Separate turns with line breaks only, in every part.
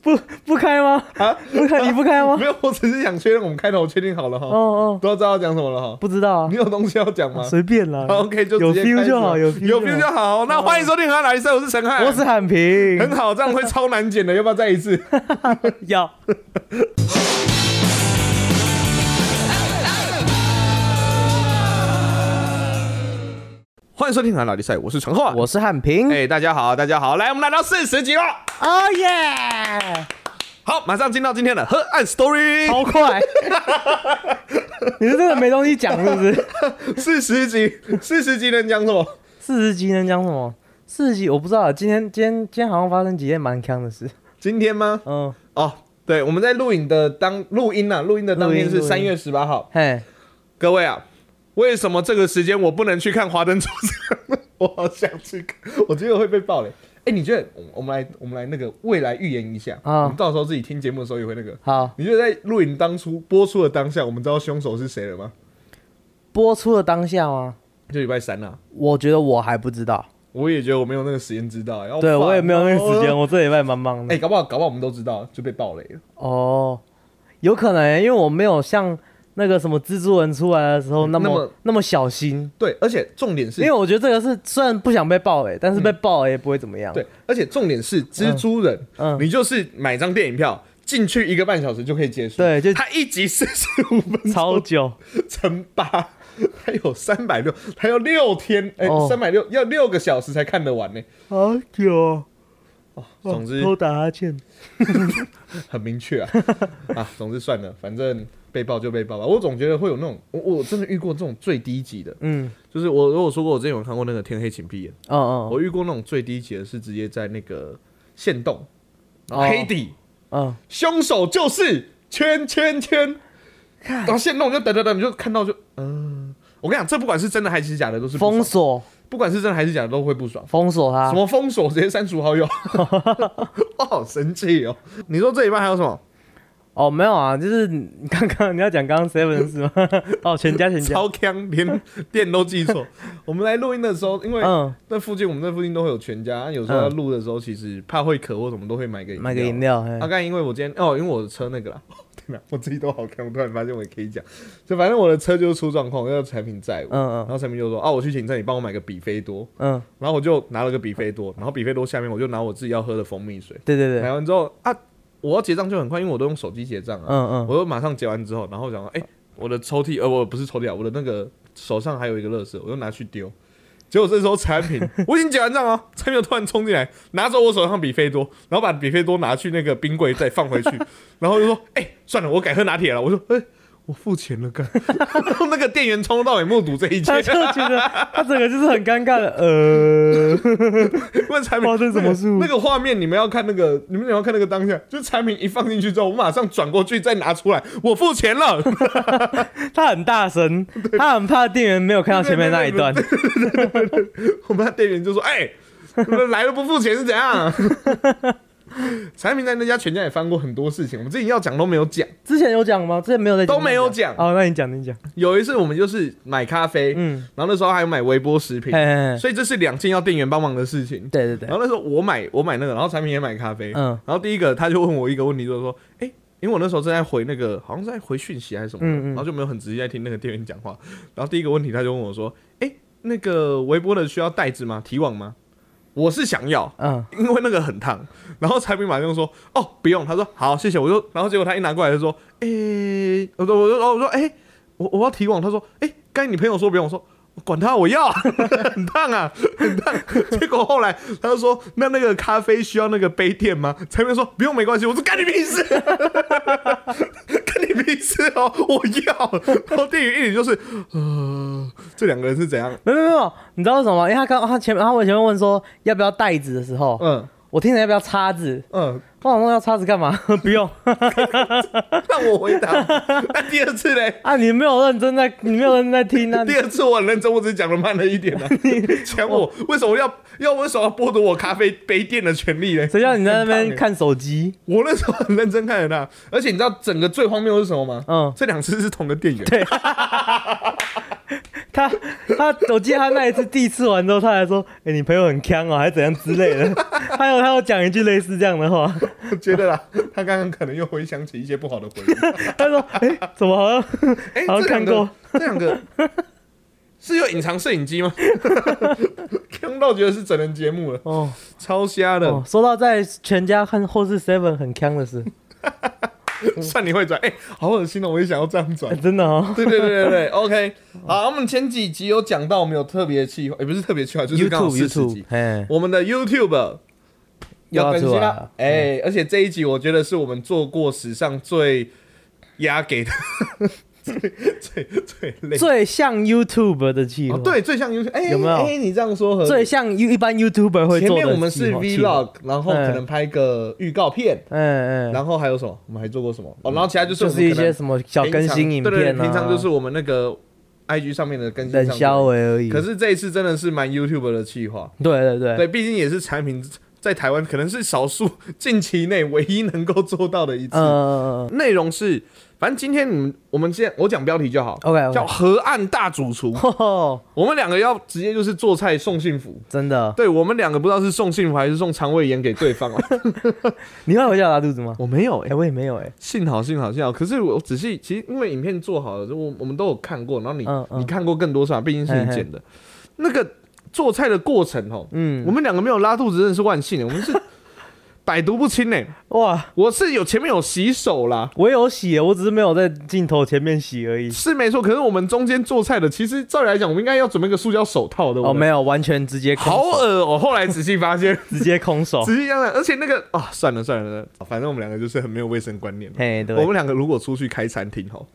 不不开吗？
啊，
不开你不开吗
没？有，我只是想确认我们开头确定好了哈，
哦哦，
都知道要讲什么了哈。
不知道啊
你，有东西要讲吗？
随便啦。
好，OK，就
有
直接
feel
开始
就好，
了
有
有 feel
feel
就好。那欢迎收听《河南社》，我是陈汉，
我是喊平，
很好，这样会超难剪的，要不要再一 次？
要
欢迎收听《河南拉力赛》，我是陈浩。
我是汉平，
哎，大家好，大家好，来，我们来到四十集了。
哦耶，
好，马上进到今天的河岸 story，
超 快！你是真的没东西讲是不是？
四十集，四十集能讲什么？
四十集能讲什么？四十集我不知道，啊今天今天今天好像发生几件蛮坑的事，
今天吗？
嗯，
哦，对，我们在录影的当录音啊，录音的当天
录
是
音录音
三月十八号。
嘿，
各位啊，为什么这个时间我不能去看《华灯初上》？ 我好想去看，我觉得会被爆雷。哎、你觉得我我们来我们来那个未来预言一下
啊
我们到时候自己听节目的时候也会那个。
好，
你觉得在录影当初播出的当下，我们知道凶手是谁了吗？
播出的当下吗？
就礼拜三啊，
我觉得我还不知道，我
我也觉得我没有那个时间知道、欸然后
对我也没有那个时。
烦
间，
哦
我这礼拜蛮忙的
啊哎、。搞不好搞不好我们都知道就被爆雷了。
哦，有可能欸，因为我没有像那个什么蜘蛛人出来的时候那么
嗯那
那
么
么小心，
对，而且重点是
因为我觉得这个是虽然不想被爆雷，但是被爆雷也不会怎么样。
对，而且重点是蜘蛛人，
嗯
你就是买张电影票进去一个半小时就可以结束，
对就
他一集四十五分 钟，
超久，
乘八， 他有三百六，他要六天，哎、
哦
三百六要六个小时才看得完呢、
好久哦，
总之
偷打哈欠。
很明确啊， 啊，总之算了，反正被爆就被爆吧。我总觉得会有那种，我我真的遇过这种最低级的，
嗯，
就是我我有说过，我之前有看过那个《天黑请闭眼》，
哦哦，
我遇过那种最低级的是直接在那个线洞、
哦
黑底。
嗯，
凶手就是圈圈圈，然后现弄就等等等，你就看到就嗯、我跟你讲，这不管是真的还是假的，都是不
封
爽，
锁
不管是真的还是假的，都会不爽。
封锁他
什。么封锁，直接删除 好友，我好生气哦！你说这一半还有什么？
哦，没有啊，就是你刚刚你要讲刚刚 seven 的事 吗？哦，全家全家，
超 坑，连店都记错。我们来录音的时候，因为
嗯，
那附近我们那附近都会有全家，有时候要录的时候，其实怕会渴或什么，都会买个饮料
买个饮料，嘿
大概因为我今天哦，因为我的车那个啦， 天哪，我自己都好看，我突然发现我也可以讲，就反正我的车就是出状况，要产品债务，
嗯
然
嗯
后产品就说啊，我去请车，你帮我买个比菲多，
嗯，
然后我就拿了个比菲多，然后比菲多下面我就拿我自己要喝的蜂蜜水，
对对对，
买完之后啊，我要结账就很快，因为我都用手机结账啊，
嗯嗯，
我就马上结完之后，然后想说，哎，我的抽屉呃，我不是抽屉啊，我的那个手上还有一个垃圾，我就拿去丢。结果这时候 产品我已经结完账了，产品突然冲进来，拿走我手上比菲多，然后把比菲多拿去那个冰柜再放 回去，然后就说：“哎、算了，我改喝拿铁了。”我说：“哎、我付钱了，干。” 然后那个店员从头到尾目睹这一切
他，就觉得他整个就是很尴尬的，呃。
问产 品
发生什么事
那个那个画面你们要看那个，你们要看那个当下，就产品一放进去之后，我马上转过去再拿出来，我付 钱了。
他很大声，他很怕店员没有看到前面那一段。
我们那店员就说：“哎、你们来了不付钱是怎样？” 产品在那家全家也翻过很多事情，我们之前要讲都没有讲。
之前有讲吗？之前没有在
都没有讲
哦，那你讲，你讲。
有一次我们就是买咖啡，
嗯，
然后那时候还有买微波食品
嘿，嘿嘿，
所以这是两件要店员帮忙的事情。
对对
然
对，
后那时候我买我买那个，然后产品也买咖啡，
嗯
然后第一个他就问我一个问题，就是说，哎、因为我那时候正在回那个，好像是在回讯息还是什么的，
嗯嗯
然后就没有很仔细在听那个店员讲话。然后第一个问题他就问我说，哎、那个微波的需要袋子吗？提网吗？我是想要，
嗯，
因为那个很烫。然后产品马上说，哦，不用。他说好，谢谢。我就，然后结果他一拿过来就说，哎、我说我就我说哎、我我要提网。他说，哎、该你朋友说不用。我说。管他，我要， 很烫啊，很烫。结果后来他就说，那那个咖啡需要那个杯垫吗？才面说不用，没关系。我说干你屁事， 干你屁事哦，我要。然后店员一脸就是，呃，这两个人是怎样？
没有没有没有，你知道为什么吗？因为他刚他前面他我前面问说要不要袋子的时候，
嗯
我听着要不要叉子，
嗯，
我想说要叉子干嘛？ 不 用
让我回答。那第二次嘞？
啊，你没有认真在，你没有认真在听啊。你
第二次我很认真，我只是讲的慢了 一点啊。抢我为什么要要为什么要剥夺我咖啡杯垫的权利嘞？
谁叫你在那
很
边
棒欸
看手机？
我那时候很认真看着他，而且你知道整个最荒谬的是什么吗？
嗯
这两次是同个店员。
他他，我记得他那一次第一次玩之后，他还说：“哎、你朋友很强哦，还是怎样之类的。” 还有他有讲一句类似这样的话，
我觉得啦，他刚刚可能又回想起一些不好的回忆。
他说：“哎、怎么好像
哎、
好像
这两
看
个
过，
这两个是有隐藏摄影机吗？ 看到觉得是整人节目了，
哦
超瞎的。
哦，说到在全家看后视 seven 很强的事，嗯
算你会转，哎、好恶心哦！我也想要这样转
哎。 真的哦。
对对对对对，OK。好，我们前几集有讲到，我们有特别计划，也、不是特别计划，就是刚好
YouTube
四十集
YouTube，，哎，
我们的 YouTube 要
又啊
更
出
新
来
了
了。。
哎、而且这一集我觉得是我们做过史上最压给的。最最最累的
最像 YouTube 的计划，
哦，，对，最像 YouTube，哎、
有没有
哎、你这样说和
最像 U 一般 YouTuber 会
前
做的计划。
面我们是
计划
Vlog，然后可能拍个预告片，
嗯嗯，
然后还有什么？我们还做过什么？哦，然后其他就是
就
我们
是一
可能
些什么小
平
更
常
新影
对对
片
对
啊，
平常就是我们那个 IG 上面的更新上
冷
面
消维而已。
可是这一次真的是蛮 YouTube 的企划，
对对对，
对，毕竟也是产品在台湾可能是少数近期内唯一能够做到的一次。
嗯
内容是，反正今天你们我们现在我讲标题就好，
，OK
叫
OK，
河岸大主厨。我们两个要直接就是做菜送幸福。
真的，
对我们两个不知道是送幸福还是送肠胃炎给对 方啊。
你会回家拉肚子吗？
我没有哎、
哎，我也没有哎，
幸好幸好幸好。可是我仔细，其实因为影片做好了，我我们都有看过，然后你、
嗯嗯
你看过更多啊场，毕竟是你剪的。那个做菜的过程哦，我
嗯，
们两个没有拉肚子，真的是万幸的，我们 是百毒不侵呢、欸
哇，
我是有前面有洗手啦。
我有洗耶，我只是没有在镜头前面洗而已。
是没错，可是我们中间做菜的，其实照理来讲，我们应该要准备个塑胶手套的。我
哦，
们
没有，哦完全直接空
好
手，
恶哦！后来仔细 发现，
直接空手。
仔细想想，而且那个啊、算了算了算了，反正我们两个就是很没有卫生观念。
嘿，
我
对，
们两个如果出去开餐厅吼，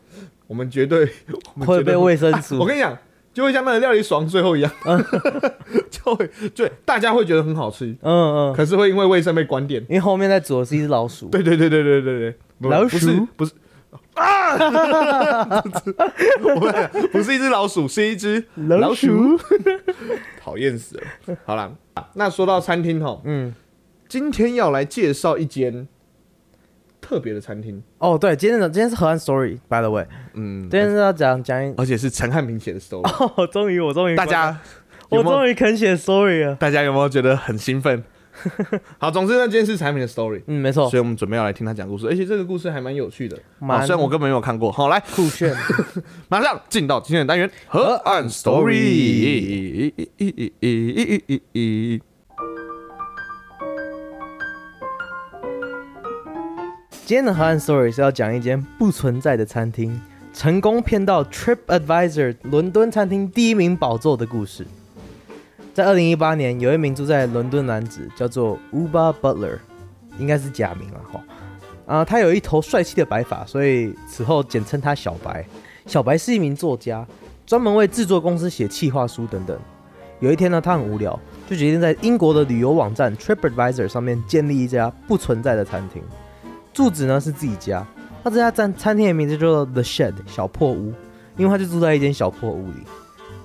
我们绝对我们
会
绝对
被卫生
啊我
署。
跟你讲，就会像那个料理爽最后一样， 就会对大家会觉得很好吃，
嗯嗯，
可是会因为卫生被关店。
因为后面在煮的是一只老鼠。
对对对对对对对，不
老
不是
鼠
不是 啊，不是不是一只老鼠，是一只老鼠，讨厌死了。好啦，那说到餐厅吼，
嗯，
今天要来介绍一间特别的餐厅，
哦，对，今天的今天是河岸 story，by the way，
嗯
今，天是要讲讲一。
而且是陈汉平写的 story。
哦，终于，我终于
大家有
我
没有
终于肯写 sorry 了。
大家有没有觉得很兴 奋？好，总之那今天是产品的 story，
嗯，没错
所以，我们准备要来听他讲故事，而且这个故事还蛮有趣的。好，
蛮
虽然我根本没有看过。好，来，
酷炫。
马上进到今天的单元河岸 story。
今天的河岸 story 是要讲一间不存在的餐厅，成功骗到 TripAdvisor 伦敦餐厅第一名宝座的故事。在二零一八年，有一名住在伦敦男子叫做 Uba Butler，应该是假名了哈。啊、他有一头帅气的白发，所以此后简称他小白。小白是一名作家，专门为制作公司写企划书等等。有一天呢，他很无聊，就决定在英国的旅游网站 TripAdvisor 上面建立一家不存在的餐厅。住址呢是自己家，他这家餐餐厅的名字叫做 The Shed 小破屋，因为他就住在一间小破屋里。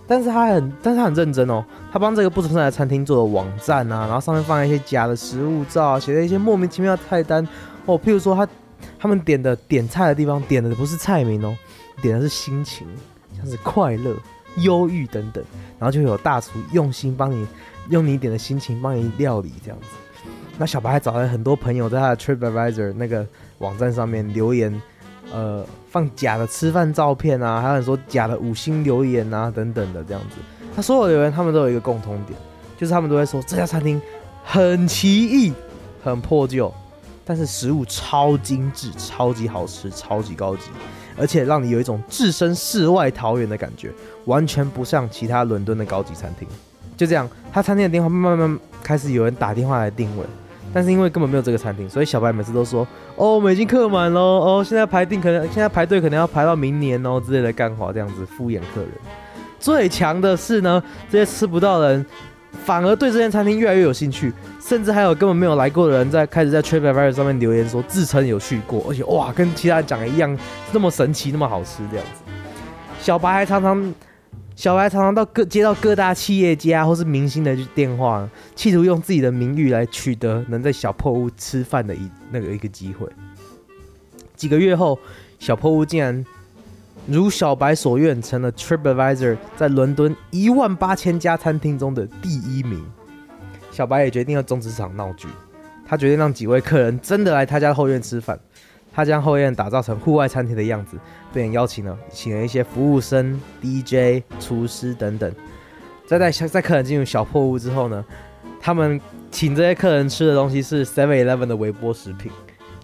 但是他很，但是他很认真哦，他帮这个不存在的餐厅做了网站啊，然后上面放了一些假的食物照啊，写了一些莫名其妙的菜单哦，譬如说他他们点的点菜的地方点的不是菜名哦，点的是心情，像是快乐、忧郁等等，然后就有大厨用心帮你用你点的心情帮你料理这样子。那小白还找了很多朋友在他的 TripAdvisor 那个网站上面留言，呃，放假的吃饭照片啊，还有很多假的五星留言啊等等的这样子。他所有留言他们都有一个共同点，就是他们都会说这家餐厅很奇异，很破旧，但是食物超精致、超级好吃、超级高级，而且让你有一种置身世外桃源的感觉，完全不像其他伦敦的高级餐厅。就这样，他餐厅的电话慢慢慢慢开始有人打电话来定位，但是因为根本没有这个餐厅，所以小白每次都说哦，我们已经客满喽，哦，现在排定可能现在排队可能要排到明年哦之类的干话，这样子敷衍客人。最强的是呢，这些吃不到的人反而对这间餐厅越来越有兴趣，甚至还有根本没有来过的人在开始在 TripAdvisor 上面留言说自称有去过，而且哇，跟其他人讲的一样，那么神奇，那么好吃这样子。小白还常常，小白常常到各接到各大企业家或是明星的电话，企图用自己的名誉来取得能在小破屋吃饭的一那个一个机会。几个月后，小破屋竟然如小白所愿，成了 TripAdvisor 在伦敦一万八千家餐厅中的第一名。小白也决定要终止这场闹剧，他决定让几位客人真的来他家后院吃饭。他将后院打造成户外餐厅的样子，并邀请了请了一些服务生、DJ、厨师等等。在带在客人进入小破屋之后呢，他们请这些客人吃的东西是 Seven Eleven 的微波食品。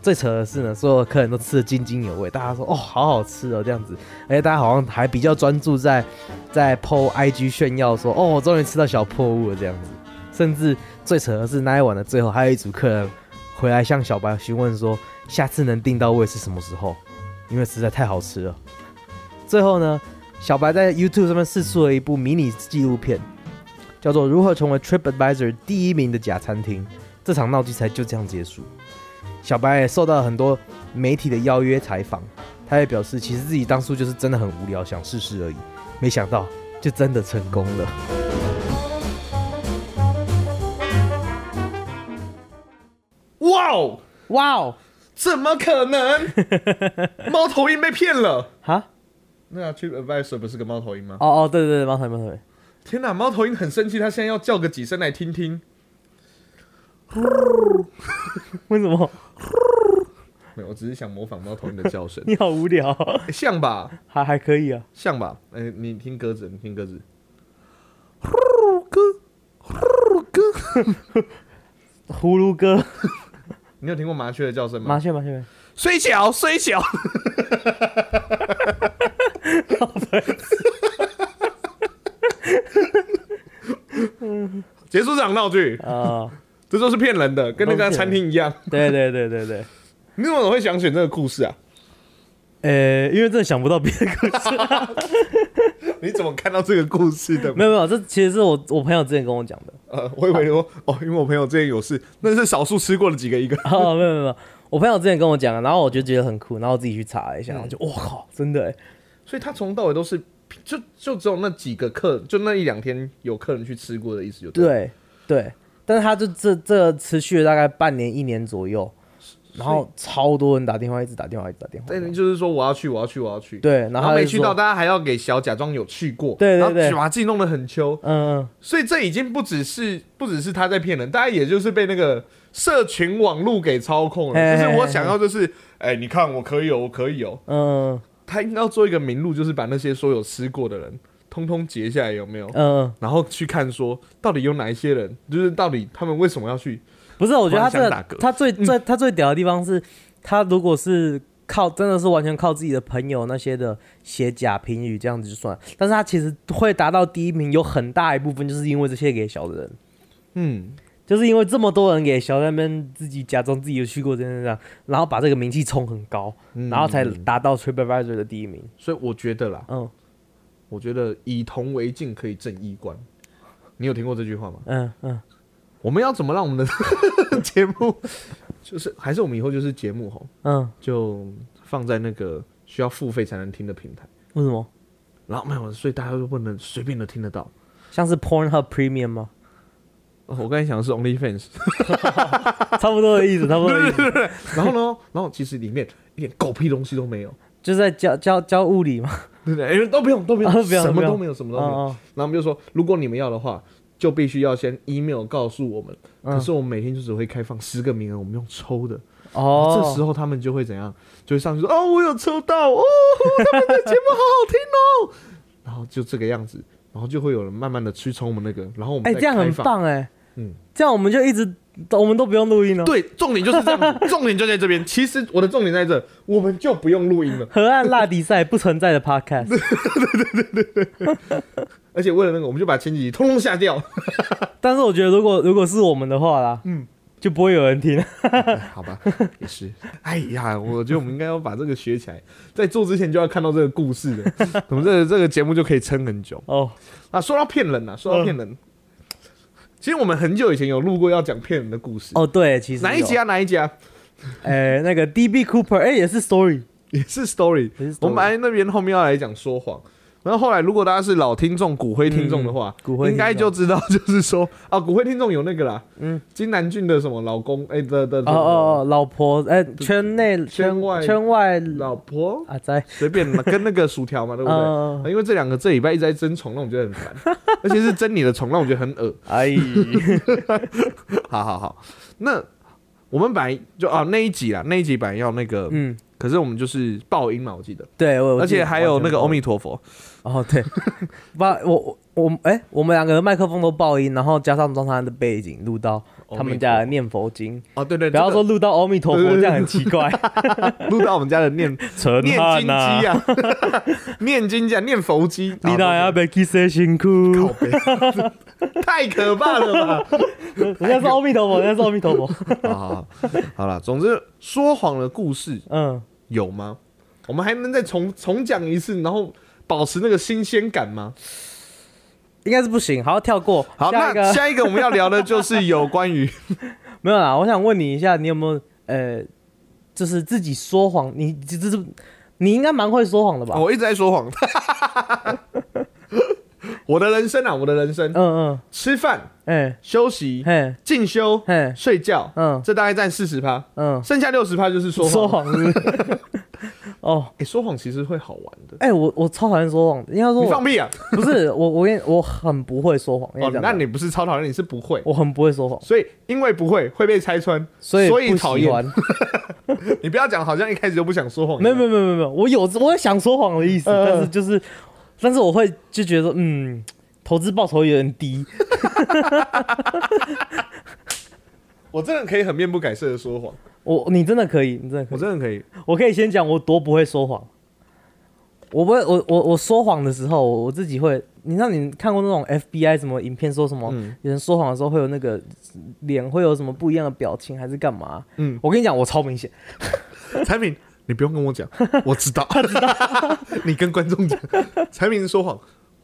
最扯的是呢，所有客人都吃得津津有味，大家说哦，好好吃哦，这样子，而且大家好像还比较专注在在 PO IG 炫耀说哦，我终于吃到小破物了这样子，甚至最扯的是那一晚的最后，还有一组客人回来向小白询问说，下次能订到位是什么时候？因为实在太好吃了。最后呢，小白在 YouTube 上面试出了一部迷你纪录片，叫做《如何成为 TripAdvisor 第一名的假餐厅》，这场闹剧才就这样结束。小白也受到了很多媒体的邀约采访，他也表示，其实自己当初就是真的很无聊，想试试而已，没想到就真的成功了。
哇哦，
哇哦，
怎么可能？ 猫头鹰被骗了。
哈，
那 Trip Advisor 不是个猫头鹰吗？
哦哦，对对对，猫头鹰猫头鹰，
天哪，猫头鹰很生气，它现在要叫个几声来听听。
为什么？，
没有，我只是想模仿猫头鹰的叫 声
你好无聊，
诶像吧？
还还可以啊。
像吧？哎、你听鸽子，你听鸽子，呼哥，呼哥，
葫芦哥，
你有听过麻雀的叫声吗
麻？雀麻雀，
睡觉，睡觉。 结束这场闹剧，
啊，
这就是骗人的，跟那家餐厅一样。
对对对对 对，
你怎么会想选这个故事啊？
呃，因为真的想不到别的故事，
你怎么看到这个故事的？
没有没有，这其实是我我朋友之前跟我讲的。
呃，我以为说哦，因为我朋友之前有事，那是少数吃过的几个一个。
哦，没有没有没有，我朋友之前跟我讲，然后我就觉得很酷，然后我自己去查了
嗯
一下，然后就我靠，真的欸，
所以他从到尾都是就就只有那几个客，就那一两天有客人去吃过的意思就了。
对对，但是他就这这持续了大概半年一年左右，然后超多人打电话，一直打电话，一直打电话，
但就是说我要去，我要去，我要去。
对，然
然
后
后
他
没
就
去
说
到，，大家还要给小假装有去过，
对对
然后
对
把自己弄得很秋，
嗯嗯，
所以这已经不只是不只是他在骗人，大家也就是被那个社群网络给操控
嘿
了。就
嘿
是
嘿
我想要，就是哎、你看我可以哦，我可以哦。
嗯
他应该要做一个名录，就是把那些所有吃过的人通通截下来，有没有？
嗯嗯，
然后去看说到底有哪一些人，就是到底他们为什么要去？
不是，我觉得他这
突然想打
个
嗝
他最最他最屌的地方是，他如果是靠真的是完全靠自己的朋友那些的写假评语这样子就算，但是他其实会达到第一名，有很大一部分就是因为这些给小的人。
嗯，
就是因为这么多人给小在那边自己假装自己有去过这样这样，然后把这个名气冲很高，
嗯
然后才达到 TripAdvisor 的第一名。
所以我觉得啦，
嗯
我觉得以铜为镜可以正衣冠。你有听过这句话吗？
嗯嗯，
我们要怎么让我们的 节目，就是还是我们以后就是节目吼，
嗯，
就放在那个需要付费才能听的平台，
为什么？
然后没有，所以大家都不能随便的听得到。
像是 Pornhub Premium 吗？
哦我刚才想的是 OnlyFans，
差不多的意思，差不多的意思，
然后呢，然后其实里面一点狗屁东西都没有，
就是在教教教物理嘛。
对不 对？哎都不用，都不用，啊
啊不用
什
不
么
用
都没有，什么都没有。
哦
然后我们就说，如果你们要的话，就必须要先 email 告诉我们。
嗯
可是我们每天就只会开放十个名额，我们用抽的。
哦哦，
啊这时候他们就会怎样？就会上去说：“哦，我有抽到哦，他们的节目好好听哦。”然后就这个样子，然后就会有人慢慢的去冲我们那个，然后我们
哎、
再
这样
开
很
放。
棒哎、
嗯
这样我们就一直我们都不用录音了。，
对，重点就是这样子， 重点就在这边。其实我的重点在这，我们就不用录音了。
河岸拉迪赛不存在的 Podcast，
而且为了那个，我们就把前几集通通下掉。
但是我觉得如果如果是我们的话啦，嗯，就不会有人听。
好吧，也是。哎呀，我觉得我们应该要把这个学起来，在做之前就要看到这个故事 的，我们这个这个节目就可以撑很久。
哦，嗯
啊，说到骗人啊，说到骗人，其实我们很久以前有录过要讲骗人的故事，
哦，对，其实
哪一集
有？
啊？哪一集啊？
哎，那个 DB Cooper，哎，也是 Story，
也是 story。
也是 story
我们本来那边后面要来讲说谎，然后后来如果大家是老听众、骨灰听众的话，
嗯骨灰听众
应该就知道，就是说啊，骨灰听众有那个啦，
嗯
嗯，金南俊的什么老公，哎、的的的
哦哦哦，老婆，哎，圈内
圈外
圈外
老婆
啊，在，
随便嘛，跟那个薯条嘛，对 不对？
嗯，
因为这两个这礼拜一直在争宠，让我觉得很烦， 而且是争你的宠，让我觉得很恶。
哎，
好好好，那我们本来就啊那一集啊，那一集本来要那个，
嗯，
可是我们就是爆音嘛，我记得，
对，我
而且还有那个阿
欧米。
弥陀佛，
哦，对， 把我我我哎、我们两个的麦克风都爆音，然后加上张三的背景录到他们家的念佛经，
哦，对对，
不要
这个
说录到阿弥陀佛，
对对对
这样很奇怪。
录到我们家的 念
陈
念
汉
经机
呐，
啊， 念经机啊，念佛 机，
你那要被 kiss 辛苦，
好 靠背太可怕 了吧？
人家是阿弥陀佛，人家是阿弥陀佛。
好好好好了，总之说谎的故事
嗯，
有吗？我们还能再重重讲一次，然后保持那个新鲜感吗？
应该是不行，好跳过。
好，
下一
那
个
下一个我们要聊的就是有关于
没有啦，我想问你一下，你有没有呃，就是自己说谎，你就是你应该蛮会说谎的吧？
哦我一直在说谎， 我的人生啊，我的人生，
嗯
吃饭、
嗯，哎、
休息、
嘿，
进修、
嘿，
睡觉，
嗯
这大概占四十趴，
嗯，
剩下六十趴就是说
说
谎。
谎是不是 哦。
哎、说谎其实会好玩的。
哎、我我超讨厌说谎的，应该说
你
我
放屁啊！
不是我，我跟你我很不会说谎，应该
哦
这，样
那
讲
你不是超讨厌，你是不会。
我很不会说谎，
所以因为不会会被拆穿，
所
所
以不
讨
喜
厌。
欢。
你不要讲，好像一开始就不想说谎一样。
没有没有没有没有没有，我有我有想说谎的意思，
嗯
但是就是，但是我会就觉得嗯，投资报酬有点低，
我真的可以很面不改色的说谎，
我你真的可以，你真的可
我
以，
真的 可以。
我可以先讲我多不会说谎。我不会，我我我说谎的时候，我我自己会，你知道你看过那种 FBI 什么影片，说什么、
嗯
有人说谎的时候会有那个脸会有什么不一样的表情，还是干嘛？
嗯，
我跟你讲，我超明显。
产品，你不用跟我讲，我知 道，知道。 你跟观众讲，产品说谎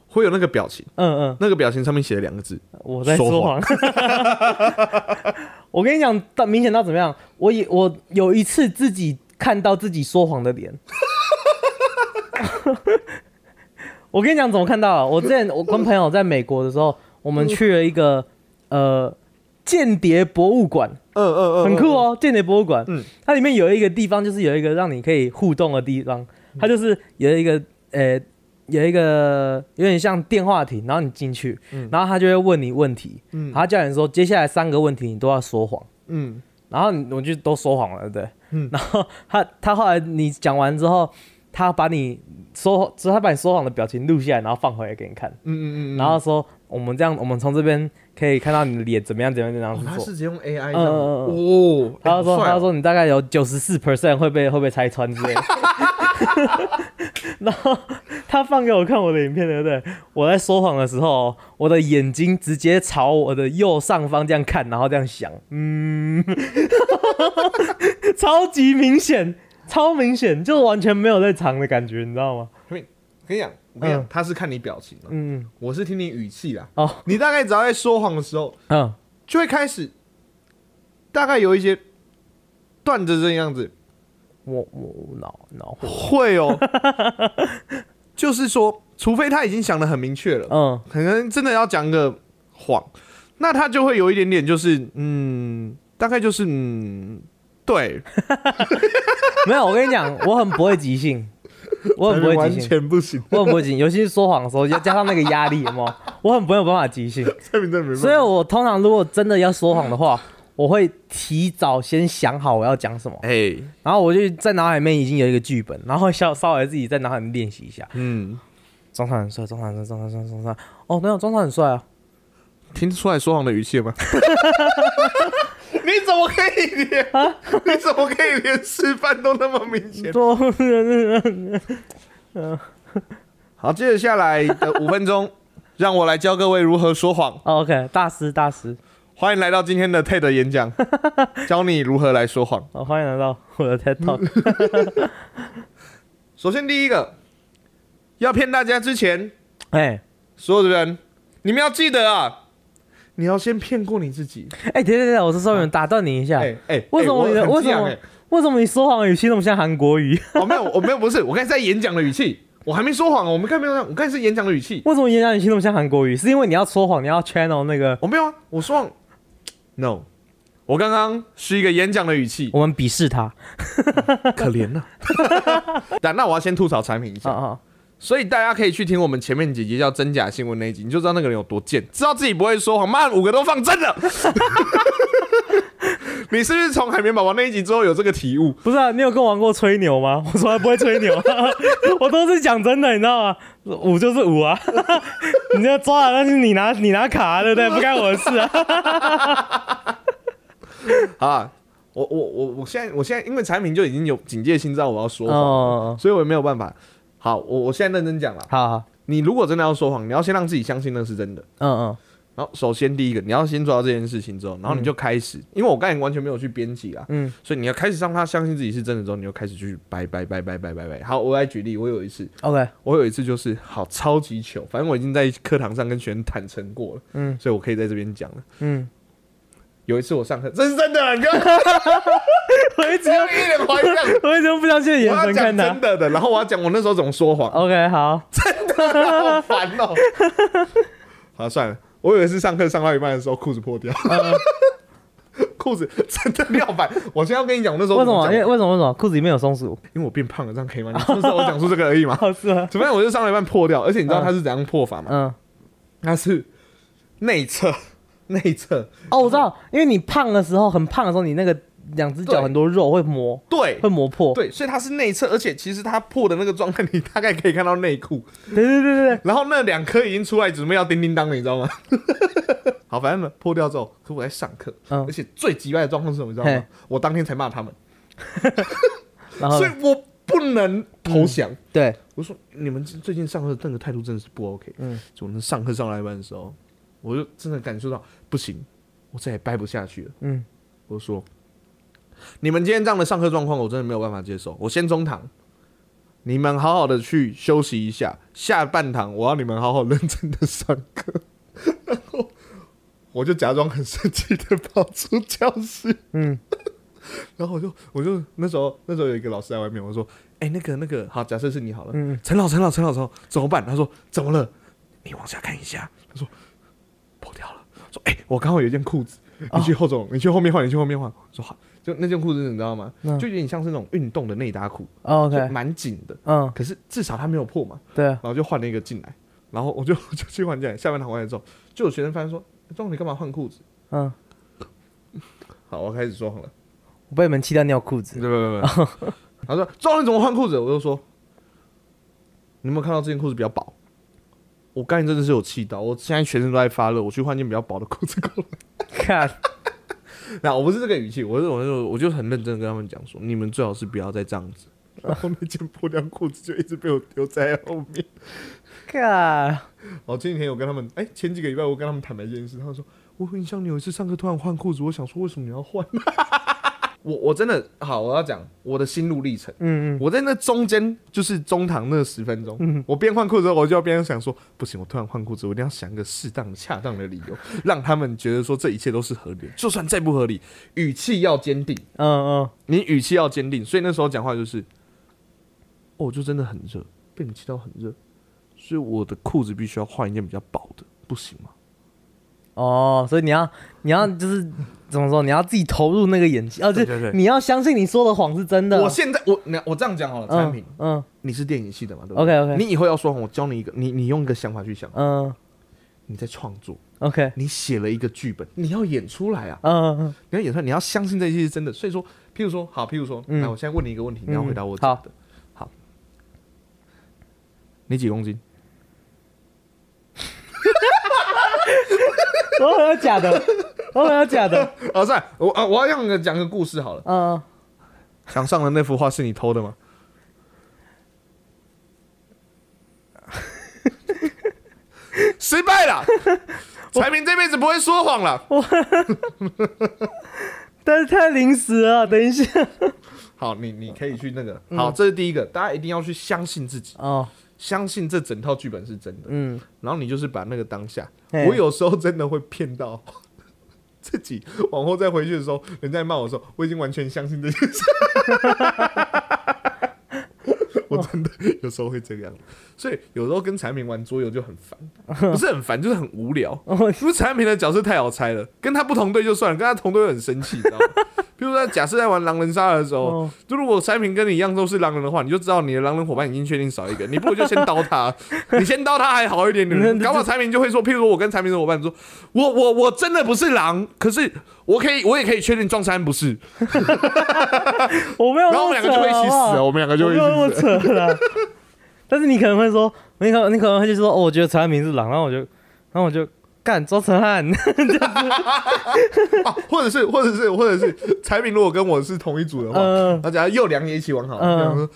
会有那个表情，
嗯
那个表情上面写了两个字，
嗯，我在说谎。 我跟你讲，到明显到怎么样？我也我有一次自己看到自己说谎的脸。 我跟你讲怎么看到啊？我之前我跟朋友在美国的时候，我们去了一个呃间谍博物馆，
嗯嗯嗯
很酷。哦，间谍博物馆。
嗯
它里面有一个地方，就是有一个让你可以互动的地方，
嗯
它就是有一个呃有一个有点像电话亭，然后你进去，然后他就会问你问题，
嗯
他叫你说接下来三个问题你都要说谎，
嗯
然后你我就都说谎了，对不对？
嗯
然后他他后来你讲完之后，他把你说之后他把你说谎的表情录下来，然后放回来给你看，
嗯嗯嗯。
然后说我们这样，我们从这边可以看到你的脸怎么样怎么样怎么样
哦
去
他
做。
是直接用 AI
嗯
这样
嗯嗯
哦，哎
他说：“
好帅哦
他说你大概有九十四 percent 会被会被拆穿之类的。”然后他放给我看我的影片，对不对？我在说谎的时候，哦我的眼睛直接朝我的右上方这样看，然后这样想，嗯， 超级明显，超明显，就完全没有在藏的感觉，你知道吗？
跟你讲，我跟
嗯
你讲，他是看你表情啊，
嗯
我是听你语气啦。
哦，
你大概只要在说谎的时候，
嗯，
就会开始大概有一些断着这样子，
我我脑脑回，
会 哦。就是说，除非他已经想的很明确了，
嗯
可能真的要讲个谎，那他就会有一点点就是嗯，大概就是嗯，对，
没有，我跟你讲，我很不会即兴，我很不会
完
即兴。
全不行，
我很不会即兴，尤其是说谎的时候，要加上那个压力，有没有？我很没有办法即 兴，
蔡明真的没办法
所以我通常如果真的要说谎的话，我会提早先想好我要讲什么，
哎、
然后我就在脑海里面已经有一个剧本，然后稍稍微自己在脑海里面练习一下。
嗯，
装傻很帅，装傻很帅，装傻很帅，装傻很帅。哦，没有，装傻很帅啊！
听出来说谎的语气了吗？ 你怎么可以连？
啊
你怎么可以连示范都那么明显？
多 啊
好，接着下来的五分钟， 让我来教各位如何说谎。
哦 OK，大师大师，
欢迎来到今天的 TED 演讲，教你如何来说谎。
哦，欢迎来到我的 TED Talk。
首先，第一个，要骗大家之前，
哎，
所有的人，你们要记得啊，你要先骗过你自己。
哎，等等等等，我是稍远打断你一下，
哎哎，
为什么你的
哎
为
我很
什
犟
么
哎
为什么你说谎语气那么像韩国语？
我哦没有，我没有，不是，我刚才在演讲的语气，我还没说谎哦，我们刚才没有这样，我刚才是演讲的语气，
为什么演讲语气那么像韩国语？是因为你要说谎，你要 channel 那个
我没有啊，我说谎，no，我刚刚是一个演讲的语气，
我们鄙视他
哦可怜啊呐、 但那我要先吐槽产品一
啊
下，
啊！
所以大家可以去听我们前面几集叫真假新闻那一集，你就知道那个人有多贱，知道自己不会说谎，妈五个都放真了。 你是不是从海绵宝宝那一集之后有这个体悟？
不是啊，你有跟我玩过吹牛吗？ 我从来不会吹牛，我都是讲真的，你知道吗？五就是五啊， 你这抓了，那是你拿你拿卡啊，对不对？不干我的事啊。
好啊，我我我我现在我现在因为产品就已经有警戒心，知道我要说谎，
哦，
所以我也没有办法。好，我我现在认真讲了，
好好，
你如果真的要说谎，你要先让自己相信那是真的。
嗯嗯，
然后首先第一个，你要先做到这件事情之后，然后你就开始，因为我刚才完全没有去编辑啦，
嗯
嗯，所以你要开始让他相信自己是真的之后，你就开始去掰掰掰掰掰掰掰。好，我来举例，我有一次，
OK，
我有一次就是好超级糗，反正我已经在课堂上跟学生坦诚过了，
嗯
嗯，所以我可以在这边讲了。
嗯，
有一次我上课，这是真的啦，你不要不
我一直
要一 脸怀疑。
我一直不相信的
我
眼
要
神
讲
看他
真。的的，然后我要讲我那时候怎么说谎，
OK，好，
好烦哦。 好，算了，我以为是上课上到一半的时候裤子破 掉，裤子真的尿反。我现在要跟你讲，我那时候
为什
怎
么？
讲
嗯因为为什么为什么裤子里面有松鼠？
因为我变胖了，这样可以吗？你是不是我讲出这个而 已嘛？
好是啊吗？
怎么样？我就上了一半破掉，而且你知道它是怎样破法吗？
嗯，
它是内侧，内侧，
哦，我知道，因为你胖的时候，很胖的时候，你那个两只脚
对
很多肉会磨，
对
会磨破。
对，所以它是内侧，而且其实它破的那个状态，你大概可以看到内裤，
对对对对对，
然后那两颗已经出来，准备要叮叮当了，你知道吗？ 好，反正呢破掉之后，可我在上课，
嗯
而且最急败的状况是什么，你知道
嘿嗯
吗？我当天才骂他们，
然后
所以我不能
嗯
投降。
对，
我说你们最近上课那个态度真的是不 OK。
嗯
嗯，就我们上课上来班的时候，我就真的感受到不行，我再也掰不下去了。
嗯
我就说，你们今天这样的上课状况，我真的没有办法接受。我先中堂，你们好好的去休息一下，下半堂我要你们好好认真的上课。 然后我就假装很生气的跑出教室。
嗯，
然后我就我就那时候那时候有一个老师在外面，我说：“哎、那个那个，好，假设是你好了，
嗯
陈老陈老陈老陈老怎么办？”他说：“怎么了？你往下看一下。”他说：“破掉了。”说：“哎、我刚好有一件裤子，你
哦
去后总，你去后面换，你去后面换。”我说：“好。”就那件裤子你知道吗？
嗯
就有点像是那种运动的内搭裤，
哦，OK，
就蛮紧的，
嗯，
可是至少它没有破嘛。
对，啊
然后就换了一个进来，然后我就 就去换进来，下半场回来之后，就有学生发现说：“哎壮，你干嘛换裤子
嗯，？”
好，我开始说好了。
我被你们气到尿裤 子。
对对对对。他说：“赵你怎么换裤子？”我就说：“你有没有看到这件裤子比较薄？”我刚才真的是有气到，我现在全身都在发热，我去换件比较薄的裤子过来。
看，
那我不是这个语气，我是我就我就很认真的跟他们讲说，你们最好是不要再这样子。 然后那件破掉裤子就一直被我丢在后面。
看，
哦，前几天有跟他们，哎、前几个礼拜我跟他们坦白这件事，他们说我很像你有一次上课突然换裤子，我想说为什么你要换？ 我我真的好，我要讲我的心路历程。
嗯嗯，
我在那中间，就是中堂那十分钟，我边换裤子的时候，我就要边想说，不行，我突然换裤子，我一定要想一个适当、恰当的理由，让他们觉得说这一切都是合理的，就算再不合理，语气要坚定，
嗯嗯，
你语气要坚定。所以那时候讲话就是，哦，我就真的很热，被你气到很热，所以我的裤子必须要换一件比较薄的，不行吗？
哦，所以你要，你要就是怎么说？你要自己投入那个演技，哦，就
对对
是
对
你要相信你说的谎是真的。
我现在我那我这样讲好了，产品
嗯，嗯
你是电影系的嘛？对不对
OK，OK
你以后要说谎，我教你一个，你你用一个想法去想，
嗯
你在创作。
，OK，
你写了一个剧本，你要演出来啊！
嗯嗯
你要演出来，你要相信这些是真的。所以说，譬如说，好，譬如说，
嗯
那、我现在问你一个问题，你要回答
嗯
我几个的。好，你几公斤？
嗯，我有假的，我有假 的，
哦，算了，我啊，我要用个讲个故事好了。
嗯，
墙上的那幅画是你偷的吗？失败了，彩明这辈子不会说谎了。
但是太临时了，等一下，
好，你你可以去那个。好，这是第一个，大家一定要去相信自己。
哦，
相信这整套剧本是真的，
嗯，
然后你就是把那个当下，
嘿
我有时候真的会骗到 自己，往后再回去的时候，人家骂我的时候，我已经完全相信这件事。 我真的有时候会这个样子，所以有时候跟产品玩桌游就很烦，不是很烦，就是很无聊。因为产品的角色太好猜了，跟他不同队就算了，跟他同队会很生气，你知道吗？比如说，假设在玩狼人杀的时候，
哦
就如果产品跟你一样都是狼人的话，你就知道你的狼人伙伴已经确定少一个，你不如就先刀 他，你先刀他还好一点点。搞不 好产品就会说，譬如我跟产品的伙伴说，我我我真的不是狼，可是我可以我也可以确定撞山不是，
我没有
然
那
后我
么
们两
扯
个就会一起死
好不好
了，哦啊我们两个就
哦我
会
没
一
有那么
起死了。
扯 啦。但是你可能会说，你可你可能会就说，哦，我觉得陈汉明是狼，然后我就，然后我就干周陈汉，
啊，或者是或者是或者是产品如果跟我是同一组的话，
嗯
那假如右良也一起玩好了，
嗯
右良说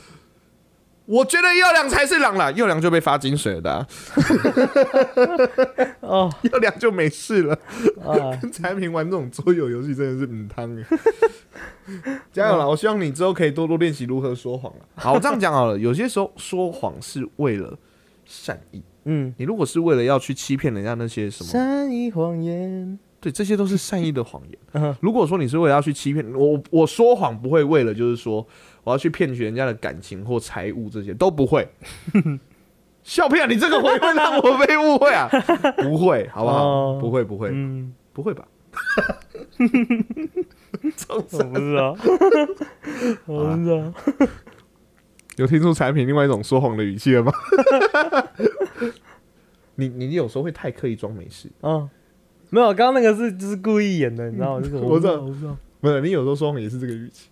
我觉得右良才是狼啦，右良就被发金水了的啊、
哦
右良就没事了。
啊，
跟柴平玩这种桌游游戏真的是很汤哎， 加油啦！我希望你之后可以多多练习如何说谎啦嗯好，我这样讲好了，有些时候说谎是为了善意，
嗯，
你如果是为了要去欺骗人家那些什么
善意谎言，
对，这些都是善意的谎言。
嗯
如果说你是为了要去欺骗我，我说谎不会为了就是说我要去骗取人家的感情或财物，这些都 不会。笑屁啊！你这个会不会让我被误 会啊？不会，好不好？
哦
不会，不会，
嗯，
不会吧？
我不知道， 我不知道，
有听出产品另外一种说谎的语气了吗？ 你你有时候会太刻意装没事，
嗯，没有，刚刚那个是就是故意演的，你知道吗？就是
我
我知
知道
道，我不知道，
不是？你有时候说谎也是这个语 气。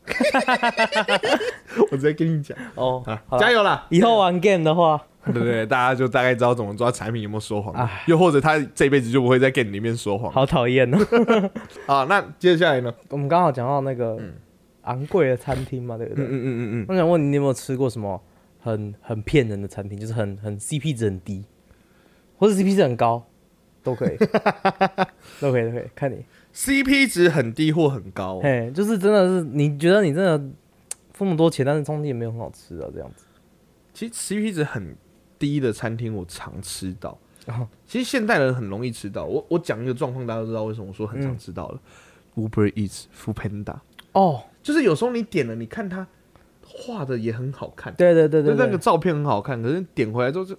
我直接跟你讲
哦
啊，，
好啦
加油啦！
以后玩 game 的话，
对不对？大家就大概知道怎么抓产品有没有说谎
唉，
又或者他这辈子就不会在 game 里面说谎。
好讨厌哦。
啊，那接下来呢？
我们刚好讲到那个昂贵的餐厅嘛，对不
嗯
对？
嗯嗯嗯嗯，
我想问你，你有没有吃过什么很很骗人的产品，就是很很 CP 值很低，或者 CP 值很高，都可以，都可以，都可以，看你。
，CP 值很低或很高哦、
嘿，就是真的是，你觉得你真的付那么多钱，但是中间也没有很好吃啊，这样子。
其实 CP 值很低的餐厅我常吃到，
哦
其实现代人很容易吃到。我我讲一个状况，大家都知道为什么我说很常吃到了。Uber Eats、f o o Panda，
哦，
就是有时候你点了，你看它画的也很好看，
对对对对
就那个
对，
照片很好看，可是点回来之后就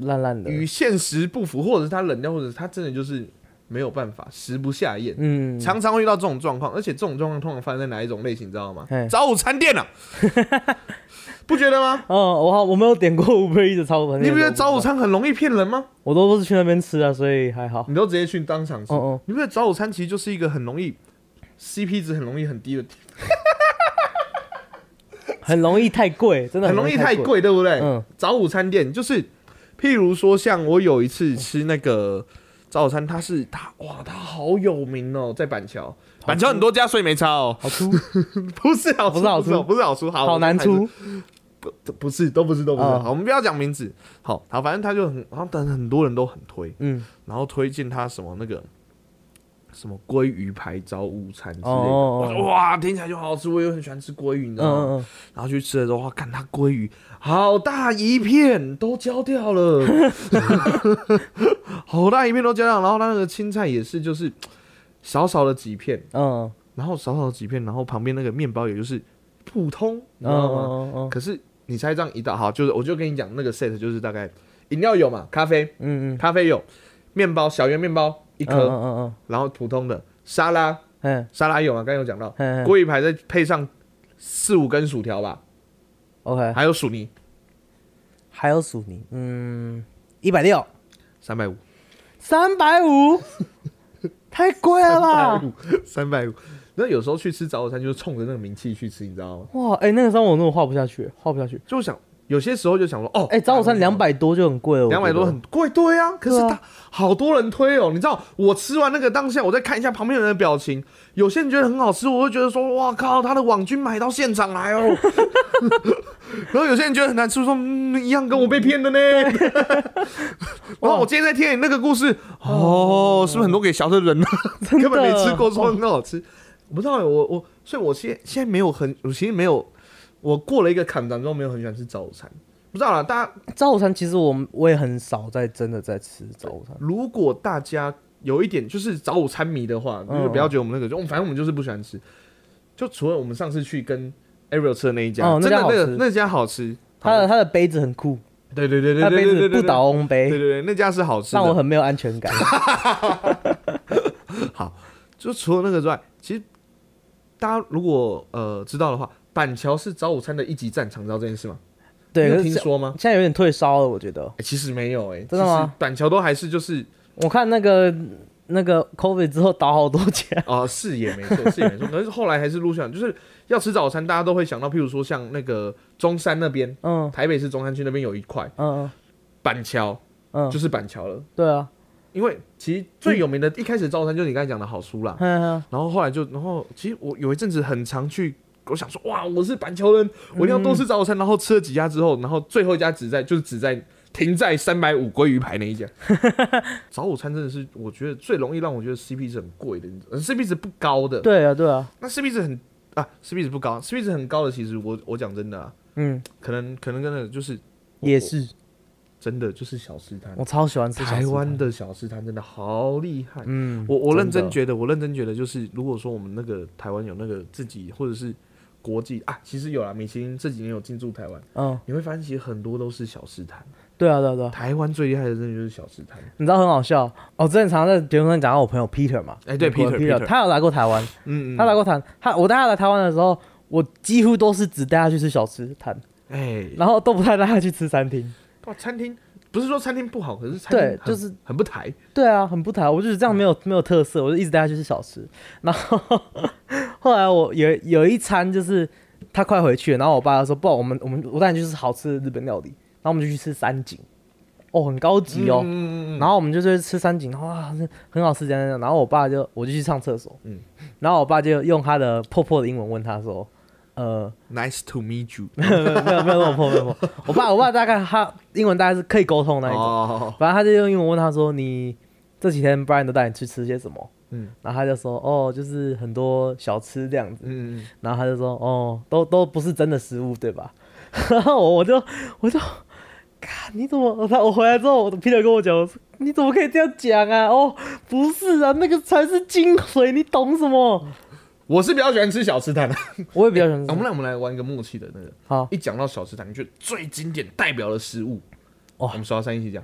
烂烂的，
与现实不符，或者是它冷掉，或者是它真的就是没有办法，食不下咽。
嗯，
常常会遇到这种状况，而且这种状况通常发生在哪一种类型，你知道吗
嘿？
早午餐店 啊，不觉得吗？
哦，我好，我没有点过 Uber Eats 的超粉，
你不觉得早午
餐
餐很容易骗人吗？
我都是去那边吃啊，所以还好。
你都直接去当场吃
哦，哦，
你不觉得早午餐其实就是一个很容易 CP 值很容易很低的，
很容易太贵，真的
很容易
易
太
太。
贵，对不对？
嗯
早午餐店就是，譬如说像我有一次吃那个早午餐，它是它哇，它好有名哦，在板桥，板桥很多家，所以没差哦。
好粗，
不是好吃，
不是好
不是
吃
不是好吃，好
好难，
我们
出，
还是不是都不是都不是。
哦
好，我们不要讲名字。好，好，反正他就很，然后但很多人都很推，
嗯，
然后推荐他什么那个什么鲑鱼排早午餐之类的。
哦哦哦
哇，听起来就好好吃，我也很喜欢吃鲑鱼，你
嗯
知道吗？
嗯嗯，
然后去吃的时候，哇，看它鲑鱼好大一片都焦掉了， 好大一片都焦掉，然后它那个青菜也是就是嗯少少的几片，
嗯，
然后少少几片，然后旁边那个面包也就是普通，
嗯
你知道吗？
嗯嗯
可是你猜这样一道好，就是我就跟你讲那个 set 就是大概饮料有嘛，咖啡
嗯嗯，
咖啡有，面包小圆面包一
一
颗，
嗯
然后普通的沙拉
嗯
沙拉有嘛，刚才有讲到，
嗯嗯
鲑鱼排再配上四五根薯条吧，
，OK，
还有薯泥
还有薯泥，嗯，一百六，
三百五，
三百 五，太贵了吧？
三百五。那有时候去吃早午餐就是冲着那个名气去吃，你知道吗？
哇，哎，那个商我那我画不下去，画不下去。
就想有些时候就想说，哦，
哎，早午餐两百多就很贵了，我觉
两
得
百多很贵，对啊。可是
对啊
他好多人推哦，你知道，我吃完那个当下，我再看一下旁边人的表情，有些人觉得很好吃，我会觉得说，哇靠，他的网军买到现场 来哦。然后有些人觉得很难吃，说嗯，一样跟我被骗 的呢。然后我今天在听你那个故事，哦，是不是很多给小 的人呢？根本没吃过，说很好吃。我不知道欸，我我，所以我现现在没有很，我其实没有，我过了一个坎当中没有很喜欢吃早餐。不知道啦，大家
早午餐其实我们我也很少在真的在吃早午餐，
如果大家有一点就是早午餐迷的话，
嗯
就是不要觉得我们那个，就我们反正我们就是不喜欢吃。就除了我们上次去跟 Ariel 吃的那一家，
哦那
真
家
的那
好
个
吃
那家好吃，
它的它的杯子很酷，
对对对对
它的
对
杯
对
子
对对，
不倒翁
对
杯，
对对，那家是好吃
让我
的。
很没有安全 感。
就除了那个之外，其实大家如果呃知道的话，板桥是早午餐的一级战场，知道这件事吗？
对，
你
可
有
是
听
现
说吗？
现在有点退烧了，我觉得。
欸其实没有哎、
真的吗？
板桥都还是就是
我看那个那个 COVID 之后倒好多家，
啊、是也没错，是也没错。可是后来还是陆续想，就是要吃早餐，大家都会想到，譬如说像那个中山那边，
嗯
台北市中山区那边有一块
嗯
板桥，
嗯，
就
嗯
是板桥了。
对啊，
因为其实最有名的，一开始早餐就是你刚才讲的好书啦，
嗯嗯
然后后来就，然后其实我有一阵子很常去，我想说哇，我是板桥人，我一定要多吃早餐。然后吃了几家之后，然后最后一家只在就是只在停在三百五鲑鱼排那 一家。早午餐真的是我觉得最容易让我觉得 CP 值很贵的呃，CP 值不高的。
对啊对啊，
那 CP 值很啊，CP 值不高，CP 值很高的，其实我我讲真的啊，
嗯，
可能可能真的就是
也是，
真的就是小吃摊
我，超喜欢吃小吃
台湾
的，
的小吃摊真的好厉害。
嗯，
我我认
真
真
的
觉得，我认真觉得，就是如果说我们那个台湾有那个自己或者是国际啊，其实有啦，米其林这几年有进驻台湾，
嗯，
你会发现其实很多都是小吃摊。
对啊对啊对啊，
台湾最厉害的真的就是小吃摊，
你知道很好笑哦，之前常常在节目上讲到我朋友 Peter 嘛，
哎对
美国的
Peter，Peter
他有来过台湾，
嗯
他来过台，他我带他来台湾的时候。我几乎都是只带他去吃小吃摊，
哎，
然后都不太带他去吃餐厅。
哇，餐厅不是说餐厅不好，可是餐
对
厅，很
就是
很不台。
对啊，很不台，我就是这样没
嗯
有没有特色，我就一直带他去吃小吃。然后 后来我有有一餐就是他快回去了，然后我爸就说，不然我们我们我带你去吃好吃的日本料理，然后我们就去吃三井，哦，很高级哦。
嗯嗯嗯
然后我们就是吃三井，哇，很好吃，这样这样。然后我爸就我就去上厕所，
嗯
然后我爸就用他的破破的英文问他说，呃，
，Nice to meet you。
没有没有没有破破没有破，我爸我爸大概他英文大概是可以沟通那一种。
哦，
反正他就用英文问他说：“你这几天 Brian 都带你去吃些什么
嗯？”
然后他就说：“哦，就是很多小吃这样子。
嗯，嗯”
然后他就说：“哦，都都不是真的食物，对吧？” 然后我就我就，看你怎么？他我回来之后，我的 Peter 跟我讲，我说：“你怎么可以这样讲啊？哦，不是啊，那个才是精髓，你懂什么
我是比较喜欢吃小吃摊的。？”
我也比较喜欢
我
吃
们。来我们来玩一个默契的那个，
好，
一讲到小吃摊，你觉得最经典代表的食物，
哇
我们数到三一起讲。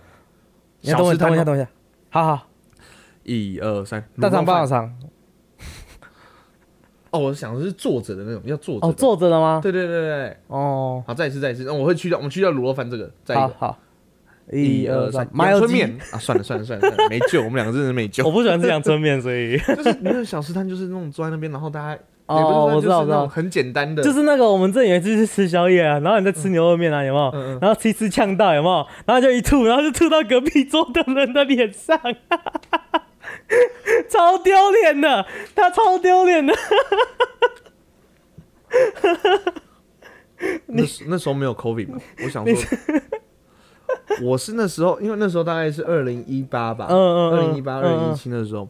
你等
小
我
吃
等
摊
我一下，
哦
等我一下。好好，
一二三，
大肠
棒
棒肠
哦，我想的是坐着的那种，要坐着的。
哦，坐着的吗？
对对对对对。
哦，
好，再一次，再一次。那我会去掉，我们去掉卤肉饭这个，再一
好
个。
好，啊一二三，麻
阳
油
春
鸡
面啊！算了算了算了，算 了，没救，我们两个真的是 没
我
救。
不喜欢吃阳春面，所以
就是那个小吃摊，就是那种坐在那边，然后大家
哦，我知道，我知道，
很简单的，
就是那个我们这里有一次去吃宵夜啊，然后你在吃牛肉面啊，有没有？
嗯嗯嗯，
然后吃一吃呛到有没有？然后就一吐，然后就吐到隔壁桌的人的脸上， 超丢脸的，他超丢脸的。
那时那时候没有 COVID 嘛，我想说。我是那时候，因为那时候大概是二零一八吧，
嗯嗯嗯
二零一八、
嗯
二
嗯
零一七那时候，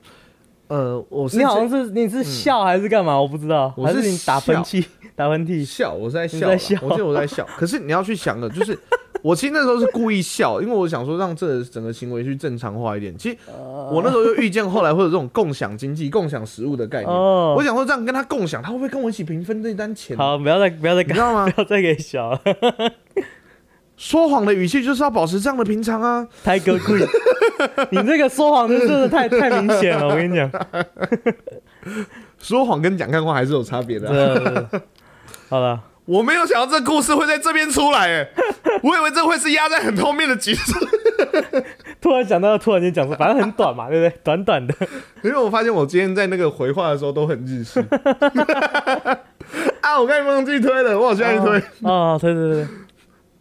呃，我是嗯
你好像是你是笑还是干嘛？我不知道，
我
还
是
是你打喷嚏？打喷嚏？
笑，我是在
你
笑
在
啦，
笑
我记得我在笑。可是你要去想的，就是我其实那时候是故意笑，因为我想说让这整个行为去正常化一点。其实
哦
我那时候就预见后来会有这种共享经济、共享食物的概念。
哦
我想说这样跟他共享，他会不会跟我一起平分这单钱？
好，不要再不要再
你
干
知，道吗？
不要再给笑了，
说谎的语气就是要保持这样的平常啊！
太可贵。你这个说谎的真的太太明显了，我跟你 讲。
说谎跟讲干话还是有差别的啊、
这好了。
我没有想到这故事会在这边出来， 哎，我以为这会是压在很后面的集数，
突然讲到，突然间讲说，反正很短 嘛，对不对？短短的，
因为我发现我今天在那个回话的时候都很日 式。啊，我刚才忘记推了，我好像去推、
哦，对对对，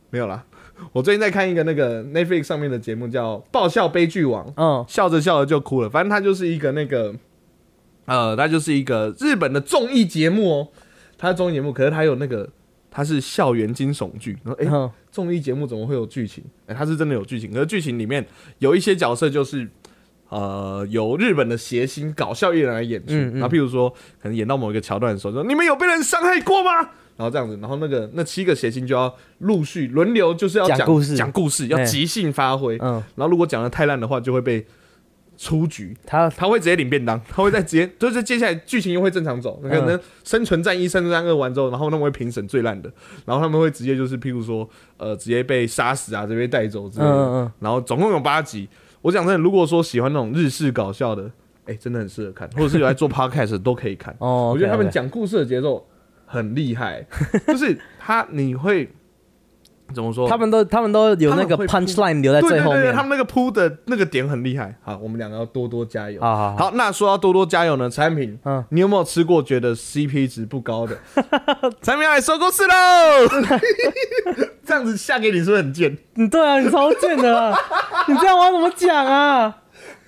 没有啦。我最近在看一个那个 Netflix 上面的节目，叫《爆笑悲剧王》，
嗯
笑着笑着就哭了。反正它就是一个那个，呃，它就是一个日本的综艺节目哦。它是综艺节目，可是它有那个，它是校园惊悚剧。然后，哎、
嗯
综艺节目怎么会有剧情？哎、它是真的有剧情，可是剧情里面有一些角色就是呃由日本的谐星搞笑艺人来演出，
嗯嗯
然后譬如说可能演到某一个桥段的时候，说你们有被人伤害过吗？然后这样子，然后那个那七个谐星就要陆续轮流，就是要
讲
讲
故事
讲故事，要
哎
即兴发挥。
嗯，
然后如果讲的太烂的话，就会被出局。
他
他会直接领便当， 他会在直接就是接下来剧情又会正常走，
嗯
可能生存战一、生存战二完之后，然后他们会评审最烂的，然后他们会直接就是譬如说呃直接被杀死啊，直接被带走之
嗯
类的。
嗯
然后总共有八集，我讲真的，如果说喜欢那种日式搞笑的，哎、真的很适合看，或者是有在做 podcast 的都可以看
嗯，。哦，
我觉得
OK，OK
他们讲故事的节奏很 厉害，就是他你会怎么说？
他们都他们都有那
他
个
们会
punch line 留在
对
最
对
后
对对，
面，
他们那个铺的那个点很厉害。好，我们两个要多多加油。
好啊好 好，
好，那说到多多加油呢，产品，
嗯
你有没有吃过觉得 CP 值不 高的？产品要来收购市喽！这样子下给你是不是很贱？
嗯，对啊，你超贱的 啦，你这样我要怎么讲啊？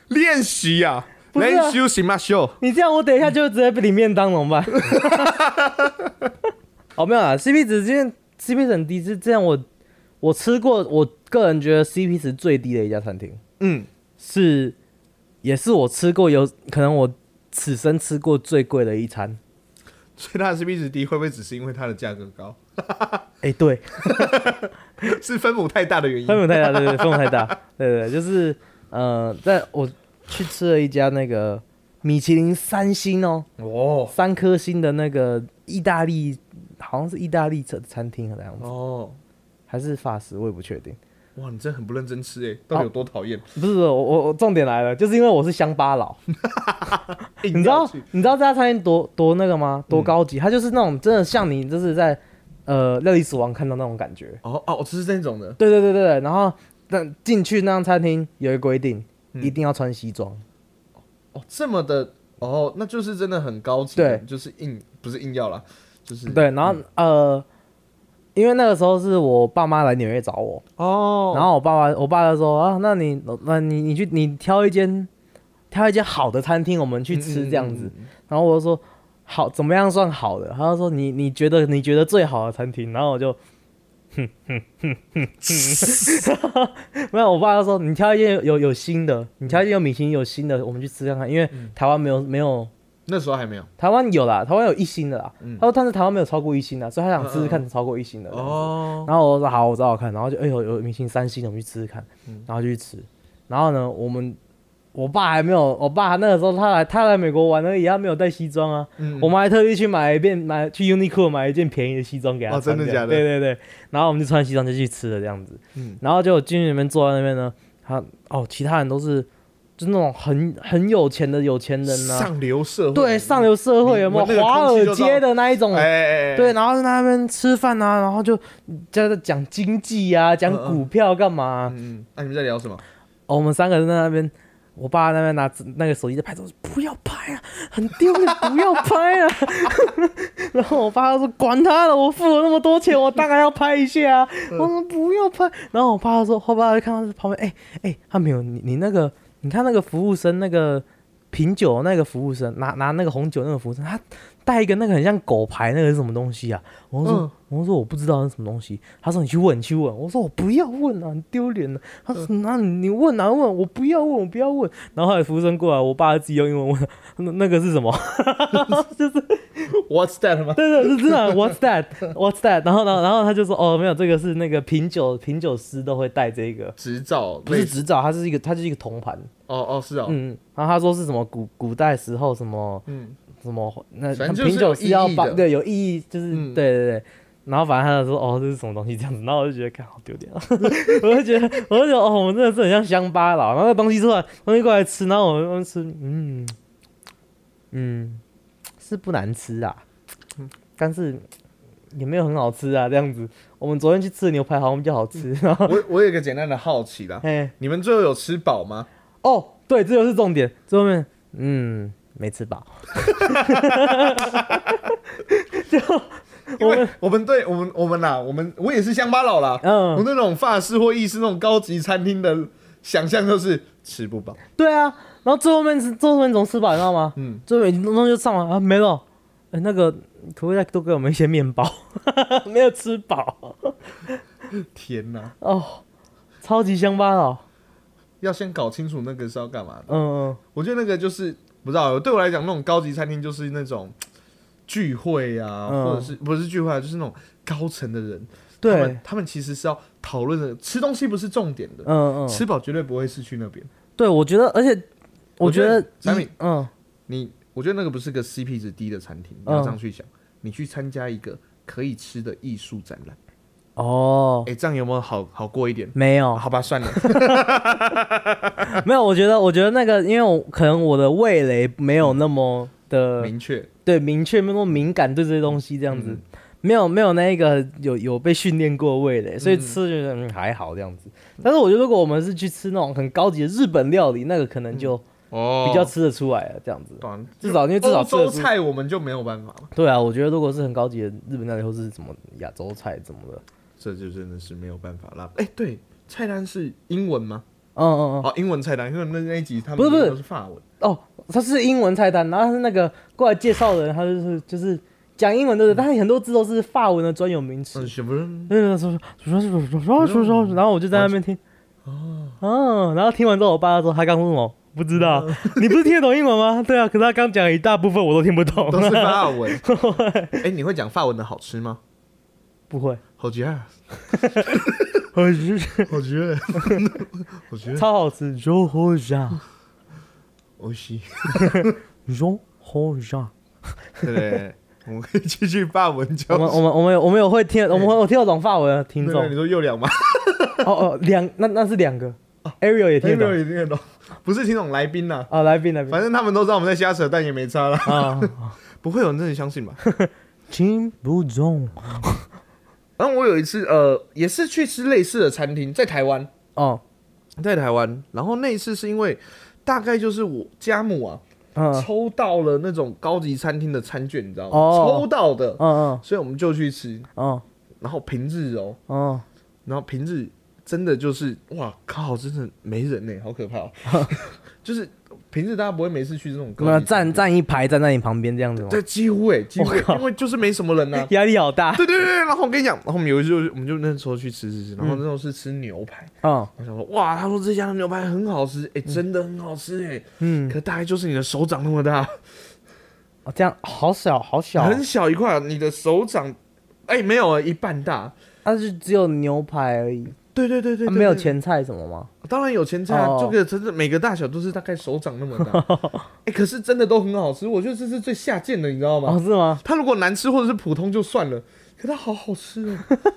练习呀，
不是啊
练习行吗？秀，
你这样我等一下就直接被领便当怎么 办？哦，没有啊，CP 值今天 CP 值很低，是这样我我吃过，我个人觉得 CP 值最低的一家餐厅
嗯，
是，也是我吃过有可能我此生吃过最贵的一餐。
所以它的 CP 值低，会不会只是因为它的价格高？
哎、对，
是分母太大的原因？
分母太大，对对，分母太大， 对对，就是呃，在我去吃了一家那个米其林三星哦，
哦
三颗星的那个意大利，好像是意大利餐餐厅的样子，
哦，
还是法式，我也不确定。
哇，你真的很不认真
哦
吃哎，到底有多讨厌？
不是我我我重点来了，就是因为我是乡巴佬，
你
你知道你知道这家餐厅多多那个吗？多高级？它就是那种真的像你就是在呃料理死亡看到那种感觉。
哦哦，我吃这种的
对对对对，对然后但进去那家餐厅有一个规定，一定要穿西装。
哦，这么的哦，那就是真的很高级，
对，
就是硬不是硬要啦，就是
对，然后、呃，因为那个时候是我爸妈来纽约找我，
哦，
然后我爸爸我爸就说啊，那你那你你去你挑一间挑一间好的餐厅，我们去吃这样子。
嗯嗯嗯
然后我就说好，怎么样算好的？他就说你你觉得你觉得最好的餐厅，然后我就。 哼哼哼哼哼，没有，我爸就说你挑一间有有有新的，你挑一间有米其林有新的，我们去吃看看，因为
嗯
台湾没有没有
那时候还没有
台湾有啦，台湾有一星的啦。
嗯
他说，但是台湾没有超过一星的，啊所以他想试试
嗯
看超过一星的。
哦，
然后我说好，我找找看。然后就哎呦，有明星三星，我们去吃吃看。
嗯
然后就去吃。然后呢，我们我爸还没有，我爸那个时候他来他来美国玩而已，他没有带西装啊。
嗯
我们还特地去买一遍买去 Uniqlo 买一件便宜的西装给他
哦
穿
真的
这样
假的
对对对。然后我们就穿西装就去吃了这样子。
嗯
然后就进去里面坐在那边呢，他哦，其他人都是就那种很很有钱的有钱人呢、
上流社会
对，上流社会有没
你
有
闻那
华
个空气就
尔
知道
街的那一种？
哎哎哎
对，然后在那边吃饭啊，然后就在这讲经济啊，讲
嗯嗯
股票干嘛啊、
嗯，嗯那你们在聊什么？
哦我们三个人在那边，我爸在那边拿自那个手机在拍照，说不要拍啊，很丢 脸，不要拍啊。 然后我爸就说管他了，我付了那么多钱，我当然要拍一下啊。
嗯
我说不要拍。然后我爸就说，后爸就看到旁边，哎、哎、他没有你你那个，你看那个服务生那个。品酒那个服务生拿拿那个红酒那个服务生，他带一个那个很像狗牌那个是什么东西啊？我就说、
嗯
我就说我不知道那是什么东西。他说你去问，你去问。我说我不要问啊，很丢脸啊。他说那你你问啊问，我不要问，我不要问。然后后来服务生过来，我爸自己用英文问那那个是什么？
What's that 吗？
对对，是真的。What's that? What's that? 然后呢，然后他就说哦，没有，这个是那个品酒品酒师都会带这个，
执照
不是
类似
执照，它是一个它就是一个铜盘。
哦哦是哦，
嗯，然后他说是什么古古代时候什么
嗯，
什么那
反
他
正就是
品酒
有
师
意
要
义的
帮对有意义，就是、
嗯
对对对。然后反正他就说哦这是什么东西这样子，然后我就觉得看好丢脸啊， 我就觉得我就觉得哦我们真的是很像乡巴佬，然后那东西出来东西过来吃，然后我们我们吃嗯嗯是不难吃啊，
嗯
但是也没有很好吃啊这样子。我们昨天去吃的牛排好像比较好吃，
嗯
然后
我我有一个简单的好奇啦，
哎
你们最后有吃饱吗？
哦对这就是重点，最后面嗯没吃饱，
因为我们对我们我们啦，我们我也是乡巴佬啦，
嗯
我那种法式或意式那种高级餐厅的想象就是吃不饱，
对啊，然后最后面是最后面怎么吃饱，你知道吗？
嗯，
最后面东西就上完啊，没了。哎，那个可不可以再多给我们一些面包？ 没有吃饱
天哪，
哦，超级乡巴佬。
要先搞清楚那个是要干嘛的。
嗯
我觉得那个就是不知道，对我来讲，那种高级餐厅就是那种聚会啊，
嗯
或者是不是聚会、啊，就是那种高层的人，
嗯，
他
对
们，他们其实是要讨论的，吃东西不是重点的，
嗯嗯，
吃饱绝对不会是去那边。
对，我觉得，而且我
我
觉
觉
得
得产
一
品
嗯，
你我觉得那个不是个 CP 值低的餐厅，你
嗯
要这样去想，你去参加一个可以吃的艺术展览，
哦，
哎、这样有没有好好过一点？
没有，
好吧，算了，
没有，我觉得，我觉得那个，因为我可能我的味蕾没有那么的
明确
对明确，没有那么敏感对这些东西这样子，
嗯
没有没有那一个有有被训练过的味蕾，所以
嗯
吃觉得嗯还好这样子。但是我觉得如果我们是去吃那种很高级的日本料理，那个可能就
哦
比较吃得出来了这样子。
短，
至少因为至少
啊欧
吃得
洲
出。
菜我们就没有办法了，
对啊，我觉得如果是很高级的日本料理或是什么亚洲菜怎么的，
这就真的是没有办法了。哎、对，菜单是英文吗？
嗯嗯嗯，
哦，英文菜单，因为那那一集他们
不是不是
都是法文，
哦，它是英文菜单，然后它是那个过来介绍的人，他就是就是讲英文的，但是很多字都是法文的专有名词
嗯，。是不是？
嗯，说说说说说说说说，然后我就在那边听，哦，然后听完之后，我爸说他刚说什么不知道，你不是听得懂英文吗？对啊，可是他刚讲一大部分我都听不懂，
都是法文。 哎、你会讲法文的好吃吗？
不会，
好吃啊，
我就是
好吃，好吃，
超好吃，肉火炸，
我西。
肉火炸。
对不对， 我们可以继续法文教
我们我们我们有我们有会听，我们会有听得懂法文的听
对
众
对，你，说右两吗？
哦哦，两那那是两个，Ariel 也听得
没有
懂
也听得懂，不是听懂来宾呐。
啊，来宾来宾
反正他们都知道我们在瞎扯，但也没差啦。
啊，
不会有人真的相信吧？
听不懂
然后我有一次，呃，也是去吃类似的餐厅，在台湾，
哦，
在台湾。然后那一次是因为，大概就是我家母啊，
嗯嗯
抽到了那种高级餐厅的餐券，你知道吗？
哦
抽到的，
嗯
所以我们就去吃。
嗯
然后平日哦，
嗯，
然后平日真的就是哇靠，真的没人呢、好可怕、 哦。就是平日大家不会没事去这种高级
那
餐
站
厅，
站一排站在你旁边这样子吗？
对，几乎哎、几 乎欸、
我靠
因为就是没什么人呐、啊
压力好大。
对对对，对然后我跟你讲，然后我们有一次就是我们就那时候去吃吃吃，然后那时候是吃牛排，
嗯
我想说哇，他说这家的牛排很好吃，哎、真的很好吃哎、
嗯，
可大概就是你的手掌那么大，
哦这样好小好小，
很小一块，你的手掌，哎、没有一半大。
它是只有牛排而已，
对对对对
它
对
啊没有
对
前菜什么 吗？
当然有前菜啊，
哦
这个真的每个大小都是大概手掌那么 大。哎、可是真的都很好吃，我觉得这是最下贱的，你知道吗？
哦，是吗？
它如果难吃或者是普通就算了，可它好好吃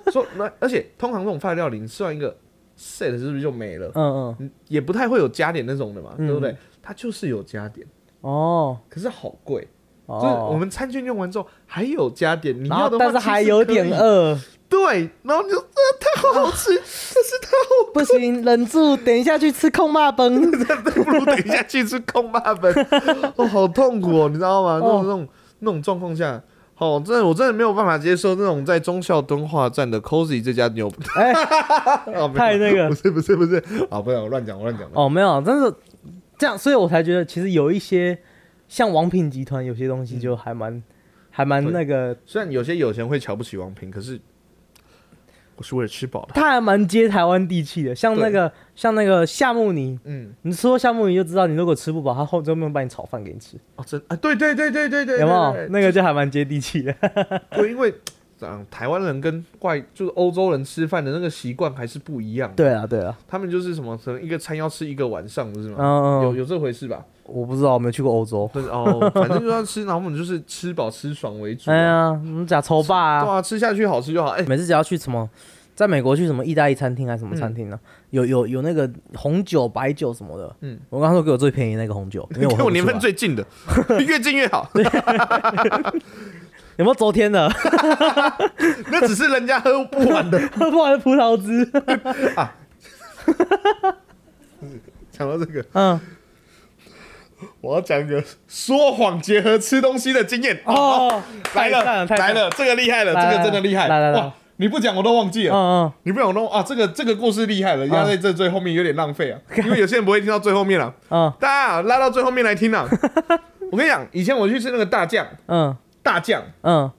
哦。 说那而且通常这种饭料理，你吃完一个 set 是不是就没了？
嗯嗯，
嗯也不太会有加点那种的嘛，
嗯
对不对？它就是有加点，
哦
可是好贵。就是我
哦，
们餐券用完之后还有加点，你
然
要
后
的话
但是还
其实
有
可以
点饿，
对，然后你就呃，它好好吃，但是它好
不行，忍住，等一下去吃控骂 崩。
不如等一下去吃空巴粉，哦，好痛苦哦，你知道吗？那
哦
种那种那种状况下，哦，真的我真的没有办法接受那种在忠孝敦化站的 Cozy 这家牛，
哎
哦没有
太那个
不是不是不是，啊，不是我乱讲，我乱讲，
哦，没有，但是这样，所以我才觉得其实有一些像王品集团有些东西就还蛮还蛮
对
那个，
虽然有些有钱人会瞧不起王平，可是我是为了吃饱的，
它还蛮接台湾地气的，像那
对
个像那个夏目尼。
嗯，
你吃过夏目鱼就知道，你如果吃不饱，他后专门帮你炒饭给你吃，
哦，真啊，对对对对对对，
有没有
对？
那个就还蛮接地气 的。
对，因为。嗯，台湾人跟外就是欧洲人吃饭的那个习惯还是不一样。，
对啊，对啊，
他们就是什么，可能一个餐要吃一个晚上，不是吗？有
嗯，嗯
有这回事吧？
我不知道，我没有去过欧洲。
对哦，反正就要吃，然后我们就是吃饱吃爽为主、
哎
啊。
呀，我们假愁霸
对
啊！
啊，吃下去好吃就好。哎、
每次只要去什么，在美国去什么意大利餐厅还是什
嗯
么餐厅呢？有有有那个红酒、白酒什么的。嗯
嗯，
我刚说给我最便宜那个红酒，因 为我
跟
喝
我
不
年
出
份
来
最近的，越近越好。
有没有昨天的？
那只是人家喝不完的。
喝不完的葡萄汁。
讲到这个，
嗯，
我要讲一个说谎结合吃东西的经验。 哦，
哦，太
来
赞
了，
太赞
来了，这个厉害了，
来
这
来
个真的厉害。
来来来
哇，你不讲我都忘记
嗯
了。
嗯，
你不讲我都啊，这个这个故事厉害了，压在这最后面有点 浪费啊，因为有些人不会听到最后面啊。
嗯
大家啊拉到最后面来 听啊。我跟你讲，以前我去吃那个大酱，
嗯
大酱。
嗯，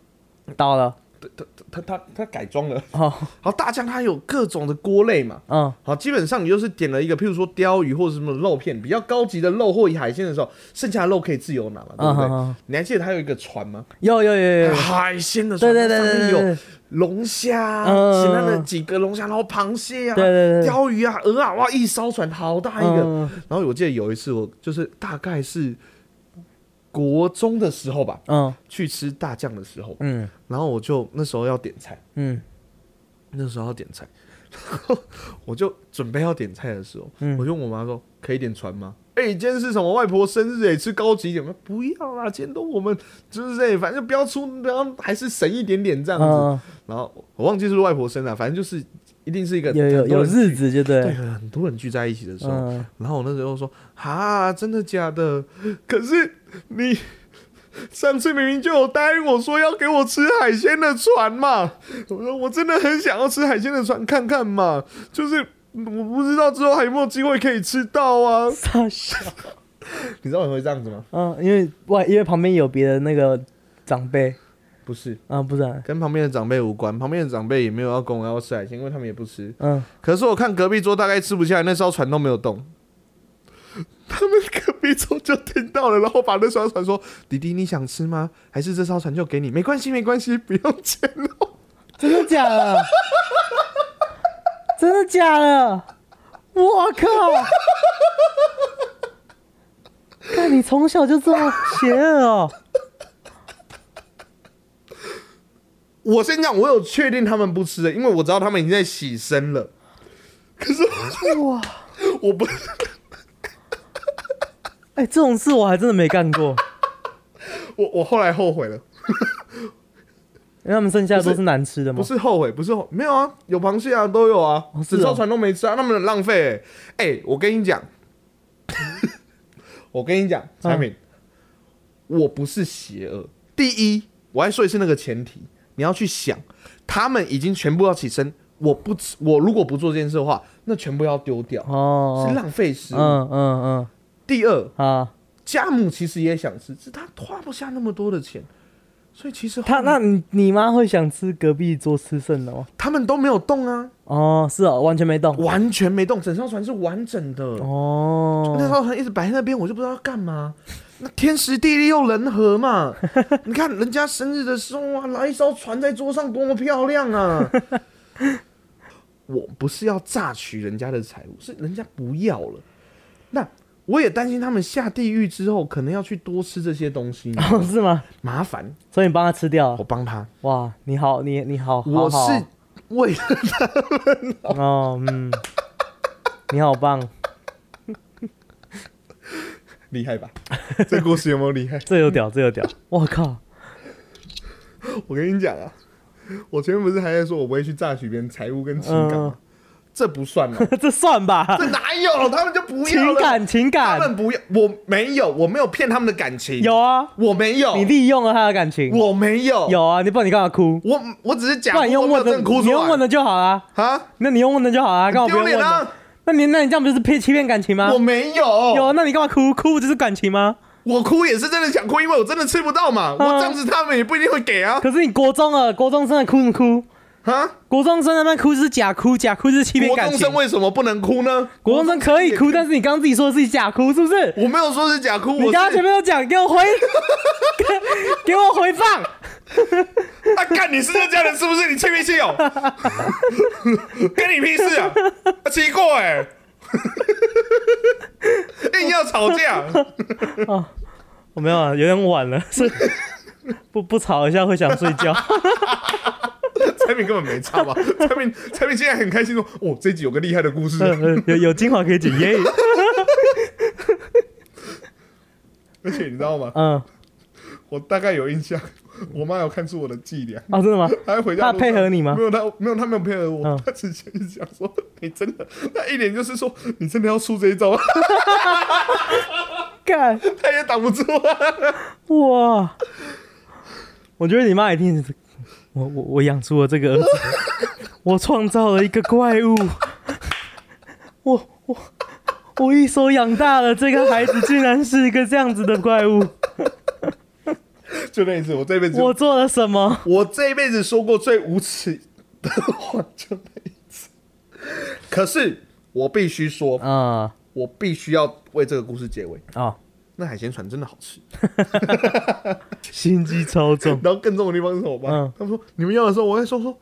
到了。
他他他他改装了。
哦，
好，大酱它有各种的锅类嘛。
嗯，
好，基本上你就是点了一个，譬如说鲷鱼或者什么肉片，比较高级的肉或海鲜的时候，剩下的肉可以自由拿嘛，对不
嗯
对？
嗯嗯
你还记得它有一个船吗？
有有有 有有，
海鲜的船，
对对对对对
上面
对
有龙虾，
嗯
简单的几个龙虾，然后螃蟹啊，
对对对
鲷鱼啊，鹅啊，哇，一艘船好大一个。
嗯
然后我记得有一次，我就是大概是国中的时候吧，
嗯
去吃大酱的时候，
嗯
然后我就那时候要点菜，
嗯
那时候要点菜， 然后我就准备要点菜的时候，
嗯
我就问我妈说：“可以点船吗？”哎、今天是什么外婆生日哎、吃高级一点吗？不要啦，今天都我们就是哎、反正不要出，然后还是省一点点这样子。
嗯，
然后我忘记是不是外婆生啊了，反正就是一定是一个
有有
很多
有
人
日子就对
对
了，
很多人聚在一起的时候，
嗯，
然后我那时候说啊，真的假的？ 可是你上次明明就有答应我说要给我吃海鲜的船嘛。我说我真的很想要吃海鲜的船看看嘛，就是我不知道之后还有没有机会可以吃到啊。
傻笑，
你知道我会这样子吗？
嗯，因为外因为旁边有别的那个长辈
不是，
啊，不然，
跟旁边的长辈无关，旁边的长辈也没有要跟我要吃海鲜，因为他们也不吃。
嗯，
可是我看隔壁桌大概吃不下来，那艘船都没有动。他们隔壁桌就听到了，然后把那艘船说：“弟弟，你想吃吗？还是这艘船就给你？没关系，没关系，不用钱哦。
真的假 的？真的假的？我靠！看你从小就这么邪恶 哦！”
我先讲，我有确定他们不吃的，因为我知道他们已经在洗身了。可是
哇，
我不，
哎、这种事我还真的没干过，
我我后来后悔了，
因为他们剩下的都是难吃的嘛
不。是后悔，不是后没有啊，有螃蟹啊，都有啊，
哦是哦
整艘船都没吃啊，他们很浪费、欸。哎、我 跟你讲，我跟你讲，产品，
嗯
我不是邪恶。第一，我还说一次那个前提，你要去想，他们已经全部要起身，我不吃，我如果不做这件事的话，那全部要丢掉，
哦，
是浪费食物。
嗯嗯
第二，
嗯啊，
家母其实也想吃，只是他花不下那么多的钱，所以其实
他
后面
那你你妈会想吃隔壁桌吃剩的吗？
他们都没有动啊。
哦，是哦，完全没动。
完全没动，整艘船是完整的。那
哦，
艘船一直摆在那边，我就不知道要干嘛。那天时地利又人和嘛， 你看人家生日的时候啊，来一艘船在桌上多么漂亮啊！ 我不是要榨取人家的财物，是人家不要了。那我也担心他们下地狱之后，可能要去多吃这些东西，
哦，是吗？
麻烦
所以你帮他吃掉
我
了。
帮他。
哇，你好，你你好，
我
好好
是为了
哦，嗯，你好棒，
厉害吧？ 这故事有没有厉害？
这有屌，这有屌，我靠，
我跟你讲啊，我前面不是还在说我不会去榨取别人财物跟情感吗？这不算啊了，
这算吧，
这哪有？他们就不要
情
了，
感情
他
感
们不要，我没有，我没有骗他们的感情，，
有啊，
我没有，
你利用了他的感情，
哦我没有，
有啊，你不然你干嘛哭？
我我只是假
不
装
然你用
我没有
问的，
真哭
你
出
用问
来
的就好啦。
啊，
那你用问的就好啦，干嘛不
丢
用
脸
问的？
啊！
那你那你这样不就是骗欺骗感情吗
我？没有，
有，啊那你干嘛哭？哭不就是感情吗？
我哭也是真的想哭，因为我真的吃不到嘛。
啊
我这样子他们也不一定会给啊
可是你国中了，国中生的哭什么哭？
啊！
国中生在那边哭就是假哭，假哭就是欺骗
国
感
中
情
生。为什么不能哭呢？
国中生可以
国
哭，
中生也可
但是你刚刚自己说的是假哭，是不是？
我没有说是假哭，
你
我
刚刚前
是
面有讲，给我回， 给给我回放。
啊，干你是这家人是不是？你亲不亲 友？哦跟你屁事啊！啊奇怪、欸， 硬要吵架，
我没有啊，有点晚了， 是不不吵一下会想睡觉。
产品根本没差吧？产品产品现在很开心说，哦，这一集有个厉害的故事。啊
有有精华可以剪耶。
而且你知道吗？
嗯，
我大概有印象，我妈有看出我的伎俩。
哦，真的吗？
她回家路上，
她配合你吗
没有，她没有，她没有配合我，
嗯
她直接就讲说：“你真的，她一脸就是说你真的要出这一招 吗，
干
她也挡不住啊。
哇！我觉得你妈一定是，我我我养出了这个 儿子，我创造了一个怪物，我我我一手养大了这个孩子，竟然是一个这样子的怪物。”
就那一次，我这辈子
我做了什么？
我这辈子说过最无耻的话就那一次。可是我必须说，
啊、
我必须要为这个故事结尾。
哦，
那海鲜船真的好吃。
心机超重。
然后更重的地方是什么吗？
嗯
他们说你们要的时候，我会说说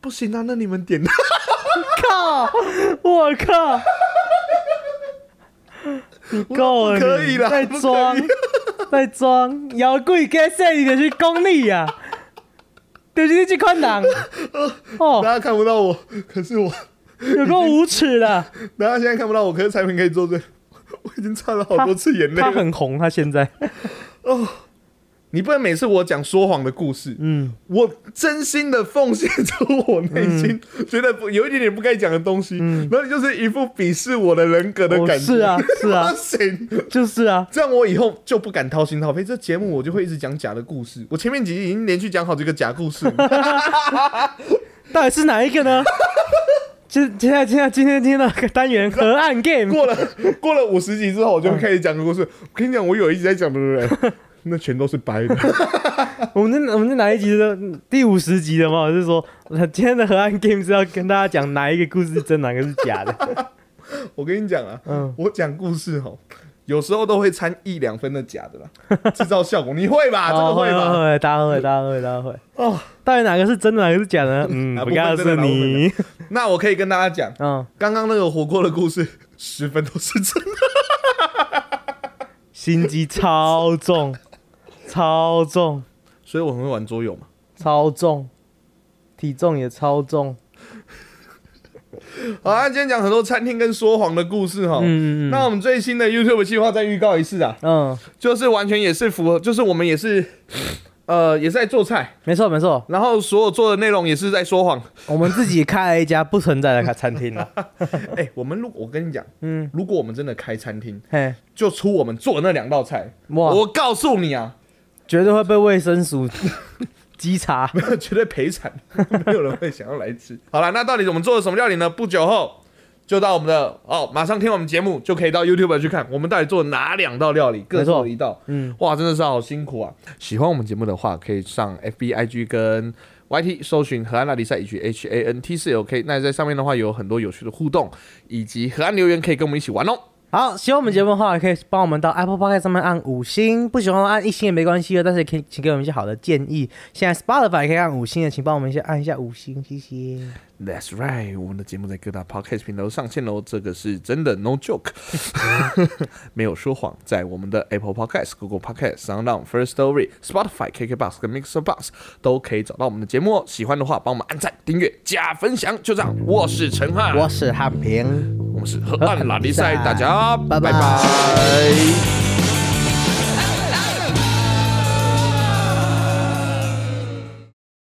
不行啊，那你们点的。
靠！我靠！你够了你，
不可以啦
在
不可以
装，在装，摇滚该说你就是功力呀、啊，就是你这款 人，
大
哦，
家看不到我，可是我
有够无耻的。
大家现在看不到我，可是产品可以作证， 我已经擦了好多次眼泪
他
了。
很红，他现在，
你不能每次我讲说谎的故事，
嗯，
我真心的奉献出我内心、
嗯
觉得不有一点点不该讲的东西，然后你就是一副鄙视我的人格的
我
感
嗯
觉。
是啊，是啊
不，行，
就是啊，
这样我以后就不敢掏心掏肺。这节目我就会一直讲假的故事。我前面几集已经连续讲好几个假故事了，
到底是哪一个呢？ 接接下来，接下来今天今天的单元河岸 game，
过了 过了五十集之后，我就会开始讲个故事。我跟你讲，我有一集在讲的人， 那全都是白的。
我们那我们那哪一集的第五十集的嘛？我是说，今天的河岸 game 是要跟大家讲哪一个故事是真，哪个是假的。
我跟你讲啊，
嗯，
我讲故事吼，有时候都会掺一两分的假的 啦，制造效果。你会吧？啊这个
哦
会吧？
会，大家会，大家会，大家会。
哦，
到底哪个是真的，哪个是假 的呢？嗯，
啊
我
不分
告
真的
诉
哪部分
你，
那我可以跟大家讲，
嗯，
刚刚那个火锅的故事， 十分都是真的。
心机超重，超重，
所以我很会玩桌游嘛。
超重，体重也超重。
好、啊，今天讲很多餐厅跟说谎的故事哈。
嗯嗯嗯
哦那我们最新的 YouTube 计划再预告一次啊，
嗯，
就是完全也是符合，就是我们也是，呃，也是在做菜，
没错没错，
然后所有做的内容也是在说谎。
我们自己开了一家不存在的餐厅了。
哎、我们如我跟你讲，
嗯，
如果我们真的开餐厅，
嘿，
就出我们做的那两道菜，
哇，
我告诉你啊，
绝对会被卫生署 稽查。
绝对赔惨，没有人会想要来吃。好了，那到底我们做了什么料理呢？不久后就到我们的哦，马上听我们节目就可以到 YouTube 去看我们到底做了哪两道料理，各
没错
做了一道。
嗯，
哇，真的是好辛苦啊！喜欢我们节目的话，可以上 FB、IG 跟 YT 搜寻河岸拉力赛以及 H A N T 四 L K。那在上面的话，有很多有趣的互动，以及河岸留言可以跟我们一起玩哦。
好，喜欢我们节目的话，可以帮我们到 Apple Podcast 上面按五星，不喜欢按一星也没关系的，哦但是可以请给我们一些好的建议。现在 Spotify 也可以按五星的，请帮我们一下按一下五星，谢谢。
That's right，我们的节目在各大 podcast 平台都上线喽，这个是真的 ，no joke，没有说谎。在我们的 Apple Podcast、Google Podcast、Sound On、First Story、Spotify、KKBox 跟 Mixer Box 都可以找到我们的节目哦。喜欢的话，帮我们按赞、订阅、加分享，就这样。我是陈汉，
我是汉平。
我们是河岸拉力赛，大家
拜
拜
拜
拜